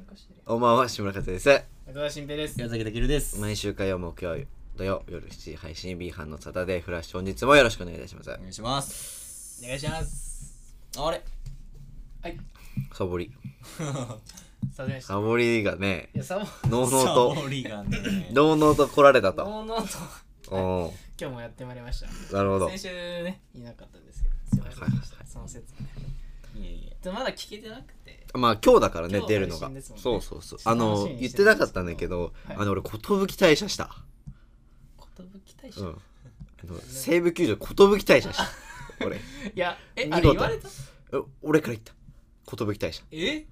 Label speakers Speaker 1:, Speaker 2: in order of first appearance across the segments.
Speaker 1: かしてるよ
Speaker 2: おまは志村克也です
Speaker 1: 中田新平です
Speaker 3: 宮崎健です。お
Speaker 2: 毎週火曜木曜土曜夜7時配信 B 班のサタデーフラッシュ本日もよろしくお願いいたします
Speaker 3: 願いします。
Speaker 1: お願いします
Speaker 3: あれ
Speaker 1: はい
Speaker 2: サボり
Speaker 1: サボりま したい
Speaker 2: サボりがね
Speaker 1: やサボ
Speaker 2: のうのうと
Speaker 3: サボり がね。
Speaker 2: のうのうと来られたと
Speaker 1: ノーノー
Speaker 2: お
Speaker 1: とはい
Speaker 2: お
Speaker 1: 今日もやってまいりました
Speaker 2: ーなるほど
Speaker 1: 先週ねいなかったんですけどすいませんでし
Speaker 2: は
Speaker 1: たその説明
Speaker 3: いえいえ。
Speaker 1: でまだ聞けてなくて
Speaker 2: まあ今日だからね
Speaker 1: 今日
Speaker 2: 出るのが、
Speaker 1: 配信ですもんね
Speaker 2: そうそうそう
Speaker 1: ちょ
Speaker 2: あ
Speaker 1: っと楽しみに
Speaker 2: の
Speaker 1: してる
Speaker 2: 言ってなかったんだけど、
Speaker 1: はい
Speaker 2: あの俺寿退社した
Speaker 1: 寿大
Speaker 2: う
Speaker 1: 社、
Speaker 2: んあの西武球場寿退社した 俺
Speaker 1: いやえ
Speaker 2: 見事
Speaker 1: あれ言われた
Speaker 2: え俺から言った寿退社
Speaker 1: え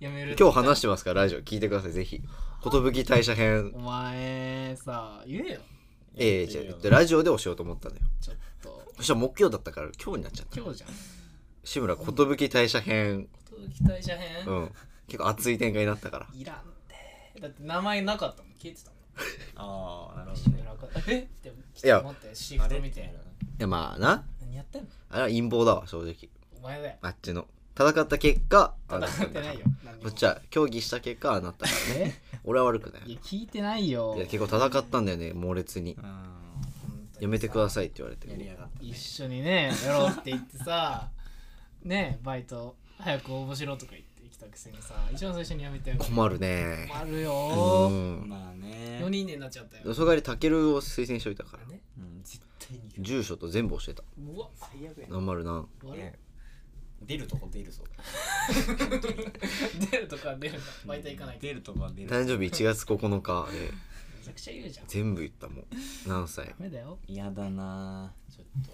Speaker 1: やめる
Speaker 2: 今日話してますからラジオ聞いてくださいぜひ寿退社編
Speaker 1: お前さ言えよ
Speaker 2: ええじゃあでラジオで押しようと思ったんだよ
Speaker 1: ちょっと
Speaker 2: そしたら木曜だったから今日になっちゃった
Speaker 1: 今日じゃん
Speaker 2: 志村寿退社編
Speaker 1: 寿大社編、
Speaker 2: うん結構熱い展開になったから
Speaker 1: いらんてだって名前なかったもん消えてたもん
Speaker 3: ああ、なるほ
Speaker 1: 志
Speaker 3: どね。
Speaker 1: 村かえでもちょっ
Speaker 2: いや
Speaker 1: と待ってシフト見て
Speaker 2: いやまあな
Speaker 1: 何やってんの
Speaker 2: あれは陰謀だわ正直
Speaker 1: お前だよ
Speaker 2: あっちの戦った結果ああなた
Speaker 1: 戦っ
Speaker 2: んだ
Speaker 1: てな
Speaker 2: から
Speaker 1: いよ何に
Speaker 2: こ
Speaker 1: も
Speaker 2: っちは協議した結果ああなったからね俺は悪くない
Speaker 1: い
Speaker 2: い
Speaker 1: や聞いてないよ
Speaker 2: や結構戦ったんだよね猛烈に
Speaker 3: うん。
Speaker 1: 本当に
Speaker 2: やめてくださいって言われて
Speaker 3: やりやがった。
Speaker 1: 一緒にねやろうって言ってさ ねバイト早く応募しろとか言ってきたくせにさ一番最初にやめてよ
Speaker 2: 困るね
Speaker 1: 困る
Speaker 2: う
Speaker 1: よ
Speaker 2: ん
Speaker 3: まあね。
Speaker 1: 4人でなっちゃったよ
Speaker 2: よそがりたけるを推薦しといたから
Speaker 1: ね
Speaker 3: うん、絶対に
Speaker 2: 住所と全部教えた
Speaker 1: うわ最悪や
Speaker 2: 頑張るな
Speaker 1: 悪い
Speaker 3: ね出るとこ出るぞ。
Speaker 1: 出るとか出るかバイト行かないと
Speaker 3: 出るとこは出る。
Speaker 2: 誕生日1月9日で
Speaker 1: めちゃくちゃ言うじゃん
Speaker 2: 全部言ったもん何歳
Speaker 1: ダメだよ
Speaker 3: 嫌だなぁちょっと。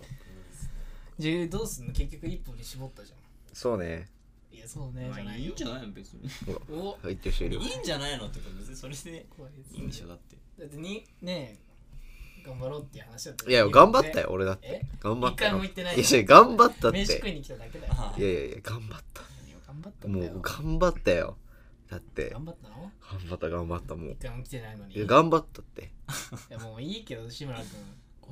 Speaker 1: じゃあどうすんの結局一本に絞ったじゃん
Speaker 2: そうね
Speaker 1: いやそうね
Speaker 3: ま
Speaker 1: じ
Speaker 3: あ
Speaker 1: ゃないい
Speaker 3: い
Speaker 1: よ
Speaker 3: んじゃないの別に。
Speaker 1: お
Speaker 2: 入ってる人い
Speaker 3: い
Speaker 2: るよ
Speaker 3: いんじゃないのってか別にそれで
Speaker 1: 怖いです
Speaker 3: いいんでしょだって。
Speaker 1: だってにねえ頑張ろうっていう話だった
Speaker 2: い
Speaker 1: よ
Speaker 2: や頑張ったよ俺だって
Speaker 1: え
Speaker 2: 頑張ったよ
Speaker 1: 一回も言ってない
Speaker 2: いや違う頑張ったっ
Speaker 1: 飯食
Speaker 2: て
Speaker 1: いに来ただけだよ
Speaker 3: あ
Speaker 2: いやいやいや頑張っ
Speaker 1: 何を頑張った
Speaker 2: た
Speaker 1: ん
Speaker 2: も
Speaker 1: だよ
Speaker 2: う頑張ったよだって
Speaker 1: 頑張ったの
Speaker 2: 頑張った頑張ったもう
Speaker 1: 一回も来てないのに
Speaker 2: いや頑張ったって
Speaker 1: いやもういいけど志村君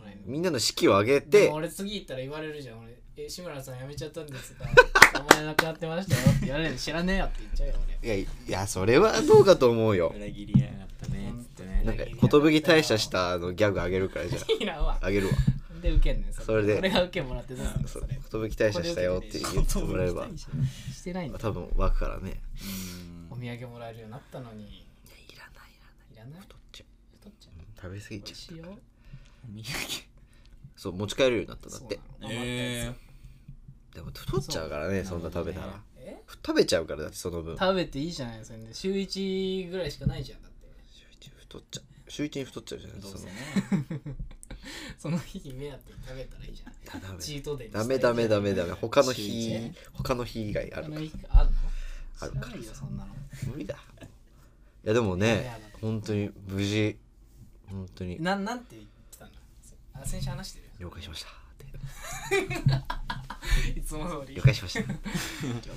Speaker 1: 来ないの
Speaker 2: みんなの士気を上げ
Speaker 1: で
Speaker 2: て
Speaker 1: も俺次行ったら言われるじゃん俺え志村さん辞めちゃったんですか お前亡くなってましたよって言われる知らねえよって言っちゃうよ
Speaker 2: いやいやそれはどうかと思うよ
Speaker 3: 裏切りやがったね。つってね。
Speaker 2: なんか寿退社したあのギャグあげるからじゃ
Speaker 1: 俺いらんわ
Speaker 2: ああげるわ
Speaker 1: なんで受けんねん
Speaker 2: それで
Speaker 1: 俺が受けもらってどうすんの
Speaker 2: そ
Speaker 1: そうれ
Speaker 2: 寿退社したよって言ってもらえば
Speaker 1: してないんだ
Speaker 2: 多分湧くからね
Speaker 3: うん
Speaker 1: お土産もらえるようになったのに
Speaker 2: いらないいらな
Speaker 1: い
Speaker 2: い
Speaker 1: らない
Speaker 2: 太っちゃ
Speaker 1: 太っちゃう
Speaker 2: う食べ過ぎ
Speaker 1: 美
Speaker 2: ちゃ
Speaker 1: 味しいよ
Speaker 3: お土
Speaker 2: うそう持ち帰れるようになったんだ
Speaker 1: そ
Speaker 2: っ
Speaker 1: う
Speaker 2: て
Speaker 1: なの
Speaker 3: 産
Speaker 1: 余ったやつ
Speaker 3: え
Speaker 2: でも太っちゃうからねそ
Speaker 3: そうん
Speaker 2: な食べたら
Speaker 3: なる
Speaker 1: え
Speaker 2: 食べちゃうからだってその分
Speaker 1: 食べていいじゃないですかね週1ぐらいしかないじゃんだって
Speaker 2: 週一太っちゃう週一に太っちゃうじゃな
Speaker 3: ー
Speaker 2: い
Speaker 3: どう
Speaker 2: そ
Speaker 3: せ
Speaker 2: の
Speaker 3: ね
Speaker 1: その日目当てに食べたらいいじゃん
Speaker 2: ダメ
Speaker 1: チートデイにした
Speaker 2: ダ
Speaker 1: らい
Speaker 2: メ
Speaker 1: いじゃ
Speaker 2: ダ
Speaker 1: ん
Speaker 2: メダメダメ他の
Speaker 3: 週
Speaker 2: 日
Speaker 3: 一ね
Speaker 2: 他の日以外あ
Speaker 1: あ
Speaker 2: る
Speaker 1: の
Speaker 2: から
Speaker 1: 日あるの
Speaker 2: ある
Speaker 1: 知
Speaker 2: から
Speaker 1: らないよそんなの
Speaker 2: 無理だいやでも
Speaker 1: い
Speaker 2: ね
Speaker 1: やだって
Speaker 2: 本当に無事本当に
Speaker 1: なんなんて言ってたのあ先週話してる
Speaker 2: 了解しましたって
Speaker 1: いつも通り
Speaker 2: 了解しました
Speaker 1: 了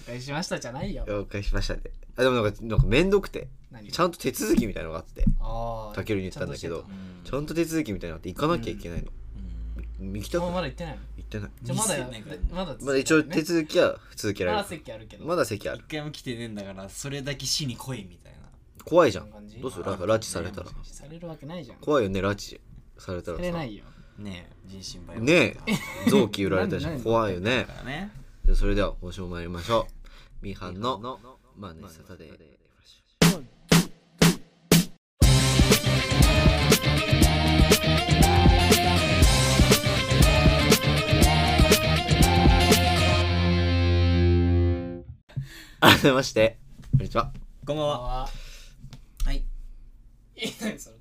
Speaker 1: 解しましたじゃないよ
Speaker 2: 了解しましたってあでもなんかなんかめんどくて
Speaker 1: 何
Speaker 2: ちゃんと手続きみたいのがあって
Speaker 1: ああ
Speaker 2: たけるに言ったんだけ
Speaker 1: ち
Speaker 2: ど
Speaker 3: うん
Speaker 2: ちゃんと手続きみたいなのがあって行かなきゃいけないの、
Speaker 3: うん
Speaker 2: み行き
Speaker 1: ゃ
Speaker 2: た
Speaker 1: ん
Speaker 2: く
Speaker 1: ともう
Speaker 2: な
Speaker 1: まだ行
Speaker 2: い
Speaker 1: ってないの
Speaker 2: 行ってない
Speaker 1: じゃあまだ
Speaker 3: 見せないから
Speaker 1: まだ
Speaker 2: まだ一応手
Speaker 1: ね
Speaker 2: 続きは続けら
Speaker 1: ま
Speaker 2: れ
Speaker 1: だ
Speaker 2: る
Speaker 1: 席あるけど
Speaker 2: まだ席ある
Speaker 3: 一回も来てねえんだからそれだけ死に来いみたいな
Speaker 2: 怖いじゃ
Speaker 1: こんな感
Speaker 2: ん
Speaker 1: じ
Speaker 2: どうするなんか拉致されたら
Speaker 1: されるわけないじゃん
Speaker 2: 怖いよね拉致されたら
Speaker 1: さ
Speaker 2: さ
Speaker 1: れないよ
Speaker 3: ねえ人身売買
Speaker 2: ねえ臓器売られたりし
Speaker 1: なんで
Speaker 2: 怖いよね
Speaker 3: だからね
Speaker 2: じゃあそれでは今週も参りましょうミーハンのまあねサタデー改めましてこんにちは
Speaker 3: こんばんは
Speaker 1: は
Speaker 3: はい
Speaker 1: いいねそれ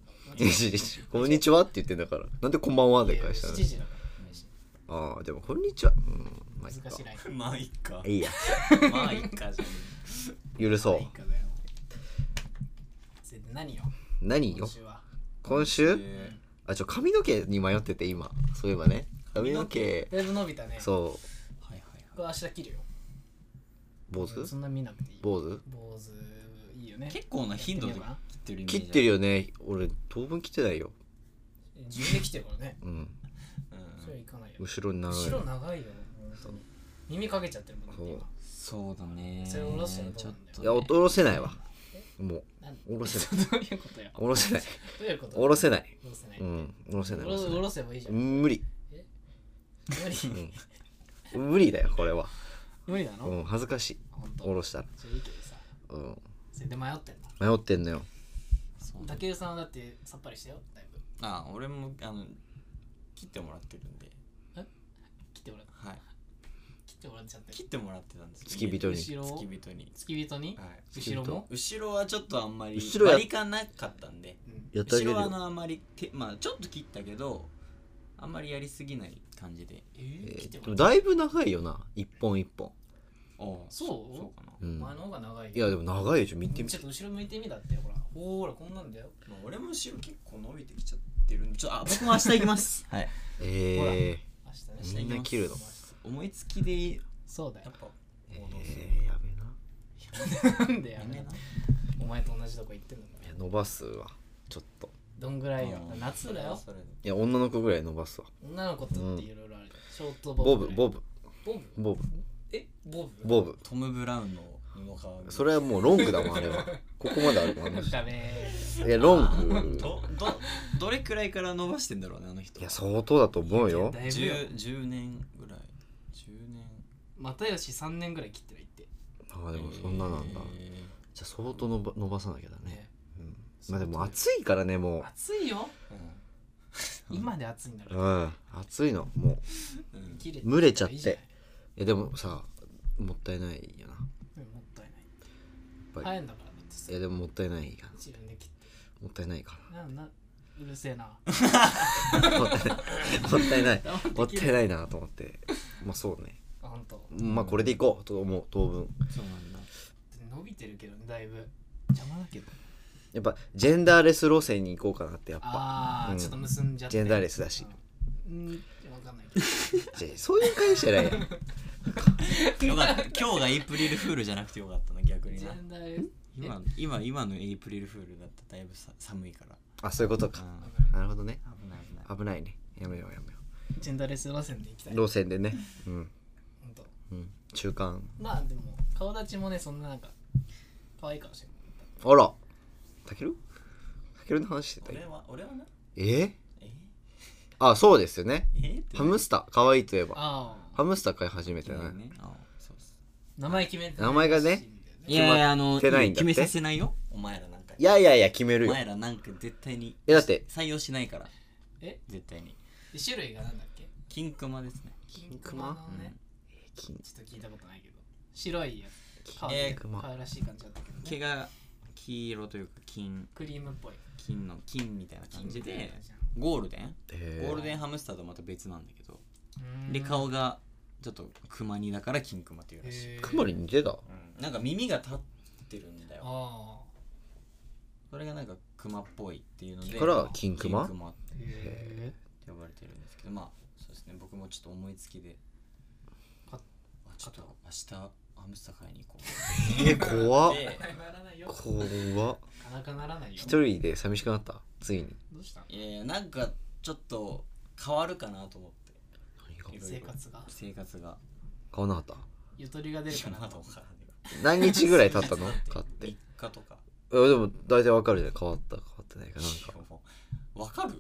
Speaker 2: こんにちはって言ってんだからなんでこんばんはで返した
Speaker 1: 7
Speaker 2: の
Speaker 1: 時だから
Speaker 2: ああでもこんにちはうんまあいい
Speaker 1: 難しいライン
Speaker 3: まあいっか
Speaker 2: かいいや
Speaker 3: まあいっかじゃね
Speaker 2: 許そう
Speaker 1: いいかだよそれで何よ
Speaker 2: 何
Speaker 1: 今
Speaker 2: よ
Speaker 1: 週は
Speaker 2: 今
Speaker 3: え
Speaker 2: 週あちょ髪の毛に迷ってて今そういえばね髪の毛
Speaker 1: だいぶ伸びたねう
Speaker 2: そ
Speaker 3: はいはい
Speaker 1: 明日切るよ
Speaker 2: う坊主
Speaker 1: そんな見なくていい
Speaker 2: 坊主
Speaker 1: 坊主いいよね
Speaker 3: はい結構な頻度で切ってるイメージ
Speaker 2: 切ってるよね俺当分切ってないよ
Speaker 1: 自分で切ってるからね
Speaker 2: うん
Speaker 3: うん
Speaker 1: それはいかないよ
Speaker 2: 後ろに長い
Speaker 1: 白長いよ本当に耳かけちゃってるもん
Speaker 2: そう
Speaker 1: ね今
Speaker 3: そうだね
Speaker 1: それ下ろしてると
Speaker 3: ち
Speaker 1: こな
Speaker 3: ょっ
Speaker 1: んだよ
Speaker 3: と
Speaker 2: い
Speaker 3: ね
Speaker 2: やおろせないわもう
Speaker 1: なん
Speaker 2: 下ろせな い
Speaker 1: どういうことよ
Speaker 2: 下ろせない
Speaker 1: どういうこと
Speaker 2: 下ろせない
Speaker 1: 下ろせない
Speaker 2: うん下ろせない
Speaker 1: 下
Speaker 2: 下
Speaker 1: ろす下
Speaker 2: ろせない
Speaker 1: ろせばいいじゃん
Speaker 2: 無理
Speaker 1: 無理
Speaker 2: 無理だよこれは
Speaker 1: 無理なの
Speaker 2: うん恥ずかしい
Speaker 1: 本当
Speaker 2: 下ろしたら
Speaker 1: じゃあいいけどさ
Speaker 2: うん
Speaker 1: それで迷ってんの
Speaker 2: 迷ってんのよ
Speaker 3: そう
Speaker 1: 武井さんはだってさっぱりしてよだいぶ
Speaker 3: あ俺もあの切ってもらってるんで
Speaker 1: 切ってもら
Speaker 3: はい
Speaker 1: 切ってもらっちゃって
Speaker 3: 切ってもらってたんですよ
Speaker 2: 付き人に
Speaker 1: 後ろを
Speaker 3: 付き人に
Speaker 1: 付き人に
Speaker 3: はい
Speaker 1: 後ろも
Speaker 3: 後ろはちょっとあんまり
Speaker 2: 後ろや
Speaker 3: 割り勘なかったんで
Speaker 1: うん
Speaker 2: やってあ
Speaker 3: 後
Speaker 2: げる
Speaker 3: ろはあ
Speaker 2: よ
Speaker 3: のあんまり手まあちょっと切ったけどあんまりやりすぎない感じで
Speaker 1: え
Speaker 2: え
Speaker 1: ー切っ
Speaker 2: ー
Speaker 1: て
Speaker 2: で
Speaker 1: も
Speaker 2: も
Speaker 1: らっ
Speaker 2: だいぶ長いよな一本一本
Speaker 3: お
Speaker 1: そう
Speaker 3: そうかな、
Speaker 2: う
Speaker 1: お
Speaker 2: ん
Speaker 1: 前の方が長いよ
Speaker 2: いやでも長いでしょ見てみ
Speaker 1: ちょっと後ろ向いてみだってほらほーらこんなんだよ
Speaker 3: まあ、俺も後ろ結構伸びてきちゃってるんでちょっとあ僕も明日行きます はい
Speaker 2: ええ
Speaker 1: 明日ね
Speaker 2: ー、みんな切るの
Speaker 3: 思いつきでや
Speaker 1: そうだよ
Speaker 3: っぱ
Speaker 2: え
Speaker 3: 行動する、
Speaker 2: ー、やべえ
Speaker 1: な
Speaker 2: な
Speaker 1: んでや
Speaker 3: みん
Speaker 1: め
Speaker 3: な
Speaker 1: な
Speaker 3: な
Speaker 1: お前と同じとこ行ってんの
Speaker 2: いや伸ばすわちょっと
Speaker 1: どんぐらいよ
Speaker 3: うん
Speaker 1: 夏だよ
Speaker 3: それはそれで
Speaker 2: いや女の子ぐらい伸ばすわ
Speaker 1: 女の子とっていろいろあるじゃんショートボ
Speaker 2: ボ
Speaker 1: ブ
Speaker 2: ブ
Speaker 1: ぐらい
Speaker 2: ボブ
Speaker 1: ボブ
Speaker 2: ボブ
Speaker 1: えボブ
Speaker 2: ボブ
Speaker 3: トム・ブラウンの布川ぐらい
Speaker 2: それはもうロングだもんあれはここまであるもんあの人
Speaker 1: ダメ
Speaker 2: いやロング
Speaker 3: どどどれくらいから伸ばしてんだろうねあの人
Speaker 2: いや相当だと思うよ
Speaker 1: だいぶよ
Speaker 3: 10, 10年ぐらい10年
Speaker 1: 又吉3年ぐらい切ってるいって
Speaker 2: ああでもそんななんだ、
Speaker 3: え
Speaker 2: じゃあ相当伸ば伸ばさなきゃだね、
Speaker 1: ね
Speaker 2: うん、まあでも暑いからねも
Speaker 1: 暑いよ
Speaker 3: ー
Speaker 1: 今で暑いんだか
Speaker 2: う
Speaker 1: ら
Speaker 2: うん暑いのもう
Speaker 3: うんうん
Speaker 1: 切れ
Speaker 2: 蒸れちゃって
Speaker 1: いいじゃない
Speaker 2: いやでもさもったいないよなや
Speaker 1: うんもったいない
Speaker 2: っぱり
Speaker 1: 早いんだからだってさ
Speaker 2: いやでももったいないや
Speaker 1: 自分で切って
Speaker 2: もったいないか
Speaker 1: なんなうるせえ な
Speaker 2: ら もったいないもったいない
Speaker 1: 黙って
Speaker 2: もっ
Speaker 1: 切
Speaker 2: た
Speaker 1: る
Speaker 2: いないなと思ってまあそうね
Speaker 1: あほんと
Speaker 2: まあこれでいこうと思う当分
Speaker 3: そうなんだ
Speaker 1: 伸びてるけどねだいぶ邪魔だけど
Speaker 2: やっぱジェンダーレス路線に行こうかなってやっぱ
Speaker 1: ああ、
Speaker 2: うん
Speaker 1: ちょっと結んじゃって
Speaker 2: ジェンダーレスだし
Speaker 1: うんうん分かんないけど
Speaker 2: じゃあそういう会社じゃない
Speaker 3: よかった今日がエイプリルフールじゃなくてよかったな逆に
Speaker 1: ジ
Speaker 3: な
Speaker 1: ェンダーレスえ
Speaker 3: 今今今のエイプリルフールだったらだいぶさ寒いから
Speaker 2: あそういうこと
Speaker 3: う
Speaker 2: か
Speaker 3: ん
Speaker 2: なるほどね
Speaker 3: 危ない危ない
Speaker 2: 危ないねやめようやめよ
Speaker 1: ジェンダーレス路線でいきたいう
Speaker 2: 路線でねうん、
Speaker 1: ほんと
Speaker 2: うん、中間
Speaker 1: まあでも顔立ちもねそんななんか可愛い顔してる
Speaker 2: あらたけるたけるの話してた
Speaker 3: 俺
Speaker 2: よ
Speaker 3: は俺はな
Speaker 2: えー、
Speaker 3: え
Speaker 2: あそうですよね
Speaker 3: えって
Speaker 2: ハムスター可愛いといえば
Speaker 1: ああ
Speaker 2: ハムスター飼い始め
Speaker 3: い
Speaker 2: たよね
Speaker 3: ねあそうっす
Speaker 1: 名前決めて
Speaker 2: 名前がね
Speaker 1: らしいんだよ
Speaker 2: いやいやいやあの決まってないんだって決めさ
Speaker 3: せないよお前らなんか
Speaker 2: いやいやいや決める
Speaker 3: お
Speaker 2: よ
Speaker 3: 前らなんか絶対に
Speaker 2: えだって
Speaker 3: 採用しないから
Speaker 1: え
Speaker 3: 絶対に
Speaker 1: で種類がなんだっけ
Speaker 3: 金熊ですね
Speaker 1: 金
Speaker 2: 熊
Speaker 1: 熊のね、
Speaker 2: 金
Speaker 1: ちょっと聞いたことないけど白いやつ可愛い
Speaker 3: えー
Speaker 2: 熊
Speaker 1: 可愛らしい感じだったけど、ね、
Speaker 3: 毛が黄色というか金
Speaker 1: クリームっぽい
Speaker 3: 金の金みたいな感じで
Speaker 1: じゃん
Speaker 3: ゴールデン
Speaker 2: え
Speaker 3: ゴール
Speaker 2: ー、
Speaker 3: デンハムスターとまた別なんだけど
Speaker 1: うーん
Speaker 3: で顔がちょっと熊にだから金熊っていうらしい、
Speaker 1: へー
Speaker 2: クマに似てた
Speaker 3: うんなんか耳が立ってるんだよ
Speaker 1: あ
Speaker 3: それがなんか熊っぽいっていうので
Speaker 2: から金熊
Speaker 3: 金熊
Speaker 1: あへえ
Speaker 3: って呼ばれてるんですけどまあそうですね僕もちょっと思いつきで
Speaker 1: か
Speaker 3: あちょっと明日ハムスター買いに行こ
Speaker 2: え怖
Speaker 3: う
Speaker 2: っ
Speaker 3: で
Speaker 1: ならないよ
Speaker 2: 怖っ
Speaker 1: なかなかならないよ
Speaker 2: 一人で寂しくなったついに
Speaker 1: どうした
Speaker 3: いやいやなんかちょっと変わるかなと思って
Speaker 2: 何が
Speaker 3: いろいろ
Speaker 1: 生活が
Speaker 3: 生活が
Speaker 2: 買わなかった
Speaker 1: ゆとりが出るかな
Speaker 3: まだ
Speaker 1: と
Speaker 3: わからな
Speaker 2: 何
Speaker 3: い
Speaker 2: 日ぐらい経ったの買っ
Speaker 3: 3
Speaker 2: てい
Speaker 3: 日とか
Speaker 2: やでも大体わかるじゃん変わった変わってないかなんか
Speaker 3: わかる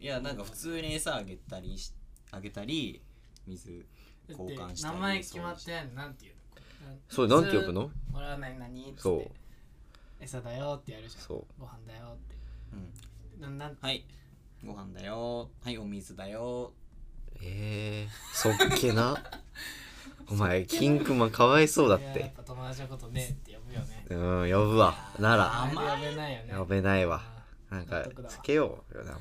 Speaker 3: いやなんか普通に餌あげたりしあげたり水
Speaker 1: だ
Speaker 3: 交
Speaker 1: っ
Speaker 3: 換
Speaker 1: て
Speaker 3: した
Speaker 1: 名
Speaker 3: り
Speaker 1: 前決まってないのなんていうの
Speaker 2: そうなんて呼ぶの
Speaker 1: もらわない何って
Speaker 2: そう
Speaker 1: 餌だよってやるじゃん
Speaker 2: そう
Speaker 1: ご飯だよって
Speaker 3: うん
Speaker 1: ななん
Speaker 3: はいご飯だよはいお水だよ
Speaker 2: ええそっけなお前金熊かわいそうだっ
Speaker 1: いややってぱ友達のことねって呼ぶよね
Speaker 2: うん呼ぶわなら
Speaker 1: あん
Speaker 3: 甘い
Speaker 1: ま呼べないよね
Speaker 2: 呼べないわ
Speaker 1: あ
Speaker 2: なんか
Speaker 1: 納得だわ
Speaker 2: つけようよな